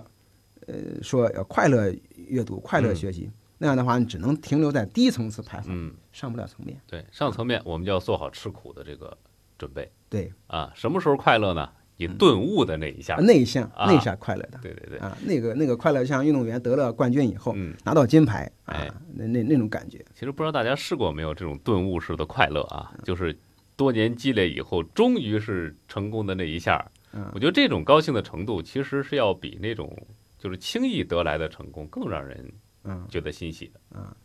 [SPEAKER 2] 呃，说要快乐阅读、快乐学习，那样的话你只能停留在低层次徘徊，
[SPEAKER 1] 嗯，
[SPEAKER 2] 上不了层面。
[SPEAKER 1] 对，上层面我们就要做好吃苦的这个准备
[SPEAKER 2] 对，
[SPEAKER 1] 啊，什么时候快乐呢？你顿悟的那一下，
[SPEAKER 2] 内向
[SPEAKER 1] 啊
[SPEAKER 2] 内向快乐的
[SPEAKER 1] 对对对，
[SPEAKER 2] 啊，那个那个快乐，像运动员得了冠军以后
[SPEAKER 1] 嗯。
[SPEAKER 2] 拿到金牌
[SPEAKER 1] 哎
[SPEAKER 2] 啊，那那那种感觉，
[SPEAKER 1] 其实不知道大家试过没有这种顿悟式的快乐啊，
[SPEAKER 2] 嗯
[SPEAKER 1] 就是多年积累以后，终于是成功的那一下儿。
[SPEAKER 2] 嗯
[SPEAKER 1] 我觉得这种高兴的程度，其实是要比那种就是轻易得来的成功更让人
[SPEAKER 2] 嗯，
[SPEAKER 1] 觉得欣喜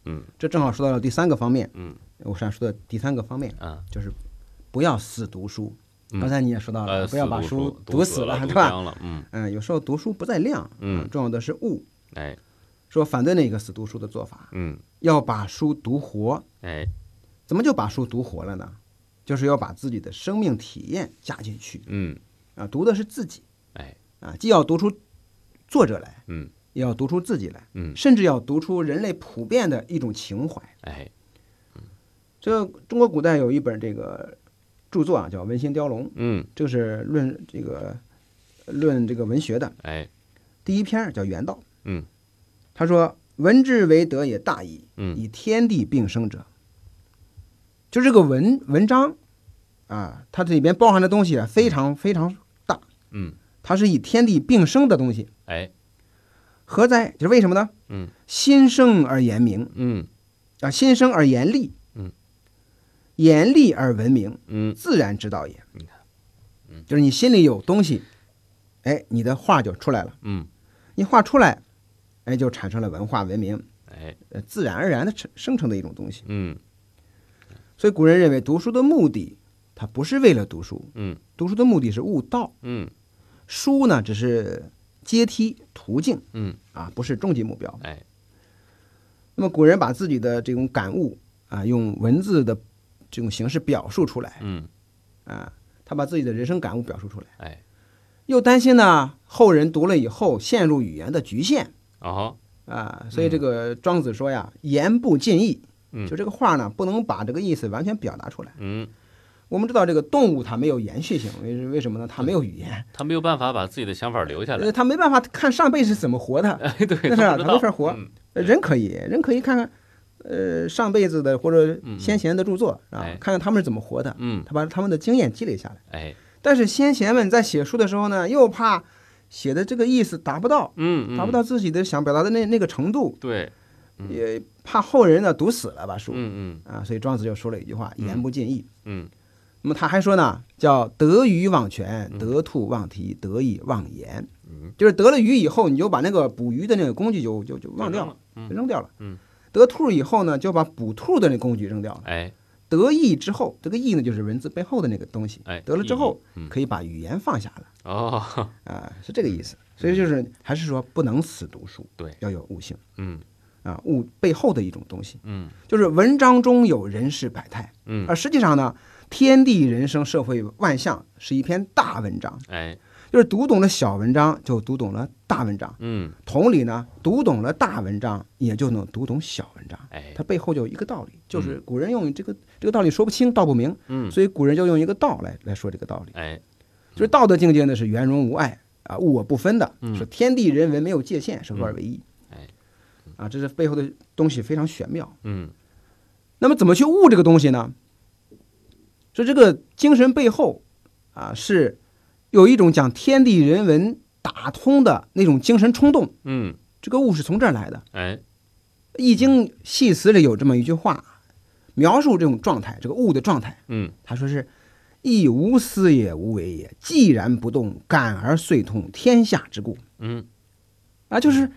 [SPEAKER 1] 的。
[SPEAKER 2] 这正好说到了第三个方面，
[SPEAKER 1] 嗯，
[SPEAKER 2] 我想说的第三个方面。
[SPEAKER 1] 啊，
[SPEAKER 2] 就是不要死读书。
[SPEAKER 1] 嗯
[SPEAKER 2] 刚才你也说到了，
[SPEAKER 1] 呃，
[SPEAKER 2] 啊不要把
[SPEAKER 1] 死
[SPEAKER 2] 书
[SPEAKER 1] 读
[SPEAKER 2] 死
[SPEAKER 1] 了，
[SPEAKER 2] 对
[SPEAKER 1] 读
[SPEAKER 2] 吧？
[SPEAKER 1] 僵了，嗯，
[SPEAKER 2] 嗯，有时候读书不在量，
[SPEAKER 1] 嗯
[SPEAKER 2] 重要的是悟。
[SPEAKER 1] 哎，
[SPEAKER 2] 说反对那个死读书的做法，
[SPEAKER 1] 嗯，
[SPEAKER 2] 要把书读活。
[SPEAKER 1] 哎，
[SPEAKER 2] 怎么就把书读活了呢？就是要把自己的生命体验加进去
[SPEAKER 1] 嗯，
[SPEAKER 2] 啊，读的是自己
[SPEAKER 1] 哎，
[SPEAKER 2] 啊，既要读出作者来，
[SPEAKER 1] 嗯，
[SPEAKER 2] 也要读出自己来，
[SPEAKER 1] 嗯
[SPEAKER 2] 甚至要读出人类普遍的一种情怀。
[SPEAKER 1] 哎，
[SPEAKER 2] 这个中国古代有一本这个著作啊，叫《文心雕龙》，
[SPEAKER 1] 嗯，
[SPEAKER 2] 这个是论这个论这个文学的
[SPEAKER 1] 哎，
[SPEAKER 2] 第一篇儿叫《原道》。
[SPEAKER 1] 嗯，
[SPEAKER 2] 他说：“文之为德也大矣，
[SPEAKER 1] 嗯
[SPEAKER 2] 以天地并生者。”就这个文文章啊，它这里边包含的东西啊，非常非常大，
[SPEAKER 1] 嗯，
[SPEAKER 2] 它是以天地并生的东西，
[SPEAKER 1] 哎，
[SPEAKER 2] 何哉？就是为什么呢？
[SPEAKER 1] 嗯，
[SPEAKER 2] 心生而言明
[SPEAKER 1] 嗯，
[SPEAKER 2] 啊，心生而言立，
[SPEAKER 1] 嗯，
[SPEAKER 2] 言立而文明，
[SPEAKER 1] 嗯，
[SPEAKER 2] 自然之道也。
[SPEAKER 1] 你看，嗯
[SPEAKER 2] 就是你心里有东西，哎，你的画就出来了。
[SPEAKER 1] 嗯，
[SPEAKER 2] 你画出来，哎，就产生了文化文明，
[SPEAKER 1] 哎，
[SPEAKER 2] 呃，自然而然的成生成的一种东西。
[SPEAKER 1] 嗯，
[SPEAKER 2] 所以古人认为读书的目的，它不是为了读书，
[SPEAKER 1] 嗯，
[SPEAKER 2] 读书的目的是悟道，
[SPEAKER 1] 嗯，
[SPEAKER 2] 书呢只是阶梯途径
[SPEAKER 1] 嗯，
[SPEAKER 2] 啊，不是终极目标。
[SPEAKER 1] 哎，
[SPEAKER 2] 那么古人把自己的这种感悟啊，用文字的这种形式表述出来
[SPEAKER 1] 嗯，
[SPEAKER 2] 啊，他把自己的人生感悟表述出来。
[SPEAKER 1] 哎，
[SPEAKER 2] 又担心呢后人读了以后陷入语言的局限
[SPEAKER 1] 哦，
[SPEAKER 2] 啊，所以这个庄子说呀，言不尽意，
[SPEAKER 1] 嗯
[SPEAKER 2] 就这个话呢不能把这个意思完全表达出来。
[SPEAKER 1] 嗯。
[SPEAKER 2] 我们知道这个动物它没有延续性，为为什么呢？它没有语言，
[SPEAKER 1] 他没有办法把自己的想法留下来
[SPEAKER 2] 呃，它没办法看上辈子怎么活的。
[SPEAKER 1] 哎，嗯 对，
[SPEAKER 2] 那是啊
[SPEAKER 1] 不知
[SPEAKER 2] 他没
[SPEAKER 1] 道
[SPEAKER 2] 法活
[SPEAKER 1] 嗯
[SPEAKER 2] 呃人可以，人可以看看，呃，上辈子的或者先贤的著作
[SPEAKER 1] 嗯
[SPEAKER 2] 啊
[SPEAKER 1] 哎，
[SPEAKER 2] 看看他们是怎么活的，
[SPEAKER 1] 嗯，
[SPEAKER 2] 他把他们的经验积累下来。
[SPEAKER 1] 哎，
[SPEAKER 2] 但是先贤们在写书的时候呢，又怕写的这个意思达不到，
[SPEAKER 1] 嗯，
[SPEAKER 2] 达不
[SPEAKER 1] 嗯
[SPEAKER 2] 到自己的想表达的那那个程度，
[SPEAKER 1] 对，
[SPEAKER 2] 也怕后人呢读死了把书、
[SPEAKER 1] 嗯嗯
[SPEAKER 2] 啊，所以庄子就说了一句话：“言不尽意。
[SPEAKER 1] 嗯
[SPEAKER 2] 那么他还说呢，叫得鱼忘泉，得兔忘蹄，得意忘言。
[SPEAKER 1] 嗯，
[SPEAKER 2] 就是得了鱼以后，你就把那个捕鱼的那个工具就就就忘掉了，就扔掉了。嗯，得兔以后呢，就把捕兔的那工具扔掉了。
[SPEAKER 1] 哎
[SPEAKER 2] 得意之后，这个意呢就是文字背后的那个东西。
[SPEAKER 1] 哎，
[SPEAKER 2] 得了之后
[SPEAKER 1] 意义，嗯
[SPEAKER 2] 可以把语言放下了
[SPEAKER 1] 哦，
[SPEAKER 2] 啊，是这个意思。所以就是还是说不能死读书，
[SPEAKER 1] 对
[SPEAKER 2] 要有悟性
[SPEAKER 1] 嗯
[SPEAKER 2] 啊，悟背后的一种东西，
[SPEAKER 1] 嗯
[SPEAKER 2] 就是文章中有人世百态，
[SPEAKER 1] 嗯，
[SPEAKER 2] 而实际上呢，天地人生社会万象是一篇大文章，
[SPEAKER 1] 哎
[SPEAKER 2] 就是读懂了小文章，就读懂了大文章。
[SPEAKER 1] 嗯
[SPEAKER 2] 同理呢，读懂了大文章，也就能读懂小文章。
[SPEAKER 1] 哎
[SPEAKER 2] 它背后就有一个道理，就是古人用这个这个道理说不清道不明，
[SPEAKER 1] 嗯
[SPEAKER 2] 所以古人就用一个道来来说这个道理。
[SPEAKER 1] 哎
[SPEAKER 2] 就是道德境界呢是圆融无碍啊，物我不分的，是天地人文没有界限，是合二为一。
[SPEAKER 1] 哎
[SPEAKER 2] 啊，这是背后的东西非常玄妙。
[SPEAKER 1] 嗯
[SPEAKER 2] 那么怎么去悟这个东西呢？说这个精神背后啊，是有一种讲天地人文打通的那种精神冲动，
[SPEAKER 1] 嗯
[SPEAKER 2] 这个悟是从这儿来的。
[SPEAKER 1] 哎
[SPEAKER 2] 《易经·系辞》里有这么一句话，描述这种状态，这个悟的状态。
[SPEAKER 1] 嗯
[SPEAKER 2] 他说是“亦无私也，无为也。既然不动，感而遂通天下之故
[SPEAKER 1] 嗯”。
[SPEAKER 2] 啊，就是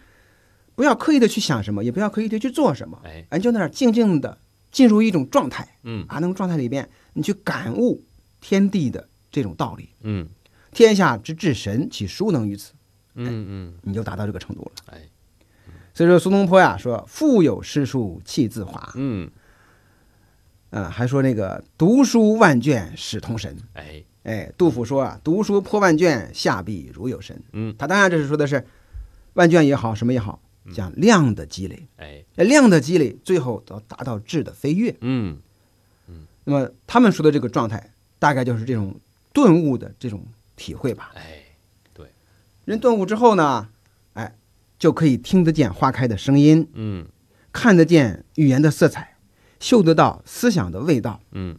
[SPEAKER 2] 不要刻意的去想什么，也不要刻意的去做什么，
[SPEAKER 1] 哎
[SPEAKER 2] 俺就那儿静静的进入一种状态。
[SPEAKER 1] 嗯
[SPEAKER 2] 啊，那种状态里边，你去感悟天地的这种道理，
[SPEAKER 1] 嗯
[SPEAKER 2] 天下之至神，岂孰能于此？
[SPEAKER 1] 嗯嗯
[SPEAKER 2] 你就达到这个程度了。
[SPEAKER 1] 哎
[SPEAKER 2] 所以说，苏东坡呀说：“腹有诗书气自华。”
[SPEAKER 1] 嗯
[SPEAKER 2] 啊，还说那个“读书万卷始通神
[SPEAKER 1] 哎”。
[SPEAKER 2] 哎，杜甫说啊：“读书破万卷，下笔如有神。”
[SPEAKER 1] 嗯，
[SPEAKER 2] 他当然这是说的是万卷也好，什么也好，讲量的积累，
[SPEAKER 1] 哎
[SPEAKER 2] 哎量的积累最后都达到质的飞跃。
[SPEAKER 1] 嗯
[SPEAKER 2] 那么他们说的这个状态，大概就是这种顿悟的这种体会吧。
[SPEAKER 1] 哎
[SPEAKER 2] 人顿悟之后呢，哎，就可以听得见花开的声音，
[SPEAKER 1] 嗯
[SPEAKER 2] 看得见语言的色彩，嗅得到思想的味道。
[SPEAKER 1] 嗯
[SPEAKER 2] 《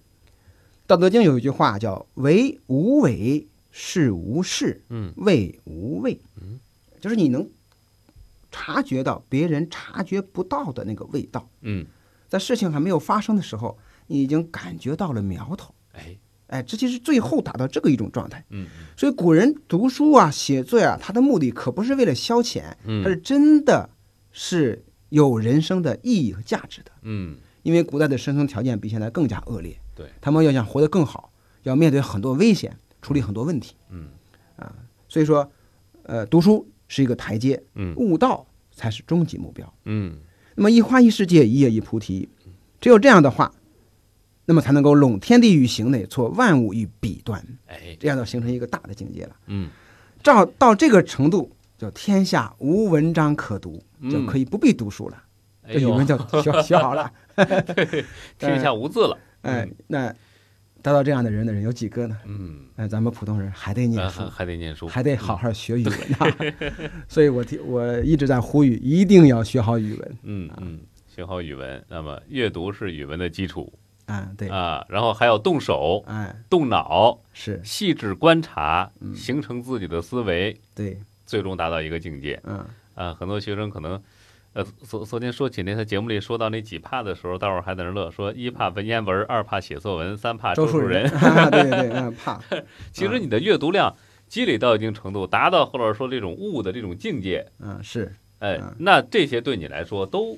[SPEAKER 2] 道德经》有一句话叫“为无为，是无事，
[SPEAKER 1] 嗯
[SPEAKER 2] 谓无味”，就是你能察觉到别人察觉不到的那个味道，
[SPEAKER 1] 嗯
[SPEAKER 2] 在事情还没有发生的时候，你已经感觉到了苗头。
[SPEAKER 1] 哎
[SPEAKER 2] 哎，这其实最后达到这个一种状态。
[SPEAKER 1] 嗯
[SPEAKER 2] 所以古人读书啊、写作啊，他的目的可不是为了消遣，他是
[SPEAKER 1] 嗯
[SPEAKER 2] 真的是有人生的意义和价值的。
[SPEAKER 1] 嗯
[SPEAKER 2] 因为古代的生存条件比现在更加恶劣，
[SPEAKER 1] 对
[SPEAKER 2] 他们要想活得更好，要面对很多危险，处理很多问题。
[SPEAKER 1] 嗯
[SPEAKER 2] 啊，所以说，呃，读书是一个台阶，
[SPEAKER 1] 嗯
[SPEAKER 2] 悟道才是终极目标。
[SPEAKER 1] 嗯
[SPEAKER 2] 那么一花一世界，一叶一菩提，只有这样的话，那么才能够拢天地于行内，挫万物于彼端，
[SPEAKER 1] 哎
[SPEAKER 2] 这样就形成一个大的境界了。
[SPEAKER 1] 嗯
[SPEAKER 2] 照到这个程度，叫天下无文章可读，
[SPEAKER 1] 嗯
[SPEAKER 2] 就可以不必读书了。
[SPEAKER 1] 哎
[SPEAKER 2] 这语
[SPEAKER 1] 呦
[SPEAKER 2] 文就学学 好了。
[SPEAKER 1] 天下无字了
[SPEAKER 2] 哎，那达到这样的人的人有几个呢？
[SPEAKER 1] 嗯
[SPEAKER 2] 哎，咱们普通人还得念
[SPEAKER 1] 啊嗯
[SPEAKER 2] 书
[SPEAKER 1] 还，还得念书
[SPEAKER 2] 还得好好学语文 呐、所以我提我一直在呼吁，一定要学好语文
[SPEAKER 1] 嗯嗯学好语文那么阅读是语文的基础
[SPEAKER 2] 啊。对，
[SPEAKER 1] 啊然后还要动手
[SPEAKER 2] 哎，
[SPEAKER 1] 动脑
[SPEAKER 2] 是
[SPEAKER 1] 细致观察形成自己的思维
[SPEAKER 2] 对，
[SPEAKER 1] 最终达到一个境界
[SPEAKER 2] 嗯
[SPEAKER 1] 啊，很多学生可能，呃，昨昨天说起那他节目里说到那几怕的时候，大伙儿还在那乐，说一怕文言文，二怕写作文，三怕
[SPEAKER 2] 周
[SPEAKER 1] 周
[SPEAKER 2] 树
[SPEAKER 1] 树
[SPEAKER 2] 人，
[SPEAKER 1] 人。
[SPEAKER 2] 啊、对对，嗯，怕，
[SPEAKER 1] 其实你的阅读量积累到一定程度，达到后边说这种悟的这种境界，
[SPEAKER 2] 嗯，是
[SPEAKER 1] 哎
[SPEAKER 2] 嗯，
[SPEAKER 1] 那这些对你来说都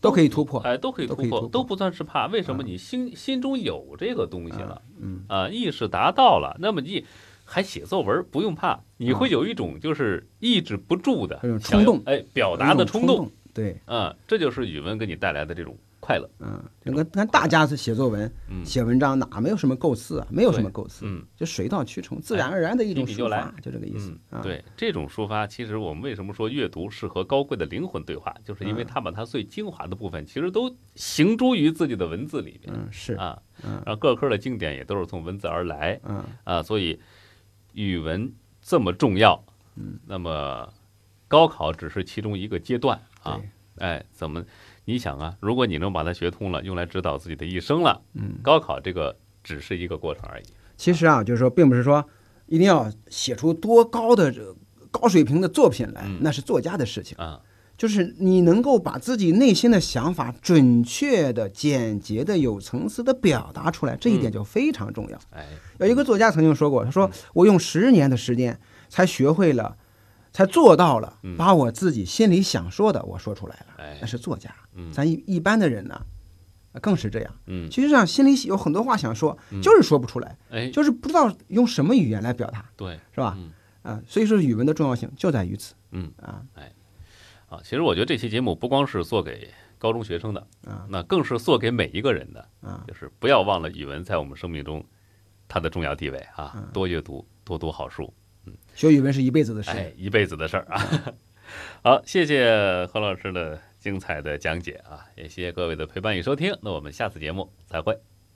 [SPEAKER 2] 都可以突破。
[SPEAKER 1] 哎都可以
[SPEAKER 2] 都
[SPEAKER 1] 突
[SPEAKER 2] 可以突
[SPEAKER 1] 破
[SPEAKER 2] 破，
[SPEAKER 1] 都不算是怕。为什么
[SPEAKER 2] 嗯
[SPEAKER 1] 你心心中有这个东西了
[SPEAKER 2] 嗯，
[SPEAKER 1] 啊？意识达到了，那么你还写作文不用怕，你会有一种就是抑制不住的
[SPEAKER 2] 有种
[SPEAKER 1] 想要
[SPEAKER 2] 嗯冲动
[SPEAKER 1] 哎，表达
[SPEAKER 2] 有
[SPEAKER 1] 的
[SPEAKER 2] 一种
[SPEAKER 1] 冲
[SPEAKER 2] 冲
[SPEAKER 1] 动。
[SPEAKER 2] 动，对，
[SPEAKER 1] 啊，这就是语文给你带来的这种快乐。
[SPEAKER 2] 嗯，你看看大家是写作文、
[SPEAKER 1] 嗯
[SPEAKER 2] 写文章，哪没有什么构思啊？没有什么构思，
[SPEAKER 1] 嗯
[SPEAKER 2] 就水到渠成，自然而然的一种
[SPEAKER 1] 提笔就
[SPEAKER 2] 抒
[SPEAKER 1] 来
[SPEAKER 2] 发，就这个意思
[SPEAKER 1] 嗯
[SPEAKER 2] 啊。，
[SPEAKER 1] 对这种抒发，其实我们为什么说阅读是和高贵的灵魂对话，就是因为
[SPEAKER 2] 嗯
[SPEAKER 1] 它把它最精华的部分，其实都行诸于自己的文字里边
[SPEAKER 2] 嗯，是，
[SPEAKER 1] 啊。
[SPEAKER 2] 嗯
[SPEAKER 1] 然后各科的经典也都是从文字而来
[SPEAKER 2] 嗯，
[SPEAKER 1] 啊，所以语文这么重要。嗯，那么高考只是其中一个阶段啊。
[SPEAKER 2] 对，
[SPEAKER 1] 哎，怎么？你想啊，如果你能把它学通了，用来指导自己的一生了，
[SPEAKER 2] 嗯，
[SPEAKER 1] 高考这个只是一个过程而已。
[SPEAKER 2] 其实啊，就是说，并不是说一定要写出多高的这高水平的作品来，
[SPEAKER 1] 嗯
[SPEAKER 2] 那是作家的事情。
[SPEAKER 1] 啊，
[SPEAKER 2] 就是你能够把自己内心的想法准确的、简洁的、有层次的表达出来，这一点就非常重要。
[SPEAKER 1] 哎，
[SPEAKER 2] 有一个作家曾经说过，他
[SPEAKER 1] 嗯
[SPEAKER 2] 说我用十年的时间才学会了，才做到了
[SPEAKER 1] 嗯
[SPEAKER 2] 把我自己心里想说的我说出来了。
[SPEAKER 1] 哎
[SPEAKER 2] 那，是作家，
[SPEAKER 1] 嗯
[SPEAKER 2] 咱一一般的人呢，呃更是这样。
[SPEAKER 1] 嗯，
[SPEAKER 2] 其实上心里有很多话想说，就是说不出来，
[SPEAKER 1] 哎，
[SPEAKER 2] 就是不知道用什么语言来表达，
[SPEAKER 1] 对，
[SPEAKER 2] 是吧？
[SPEAKER 1] 嗯
[SPEAKER 2] 啊，所以说语文的重要性就在于此。
[SPEAKER 1] 嗯
[SPEAKER 2] 啊，
[SPEAKER 1] 啊，其实我觉得这期节目不光是做给高中学生的
[SPEAKER 2] 啊，
[SPEAKER 1] 那更是做给每一个人的
[SPEAKER 2] 啊，
[SPEAKER 1] 就是不要忘了语文在我们生命中它的重要地位啊
[SPEAKER 2] 啊，
[SPEAKER 1] 多阅读，多读好书，
[SPEAKER 2] 学语文是一辈子的事。
[SPEAKER 1] 哎，一辈子的事儿啊。 好，谢谢何老师的精彩的讲解啊，也谢谢各位的陪伴与收听，那我们下次节目再会，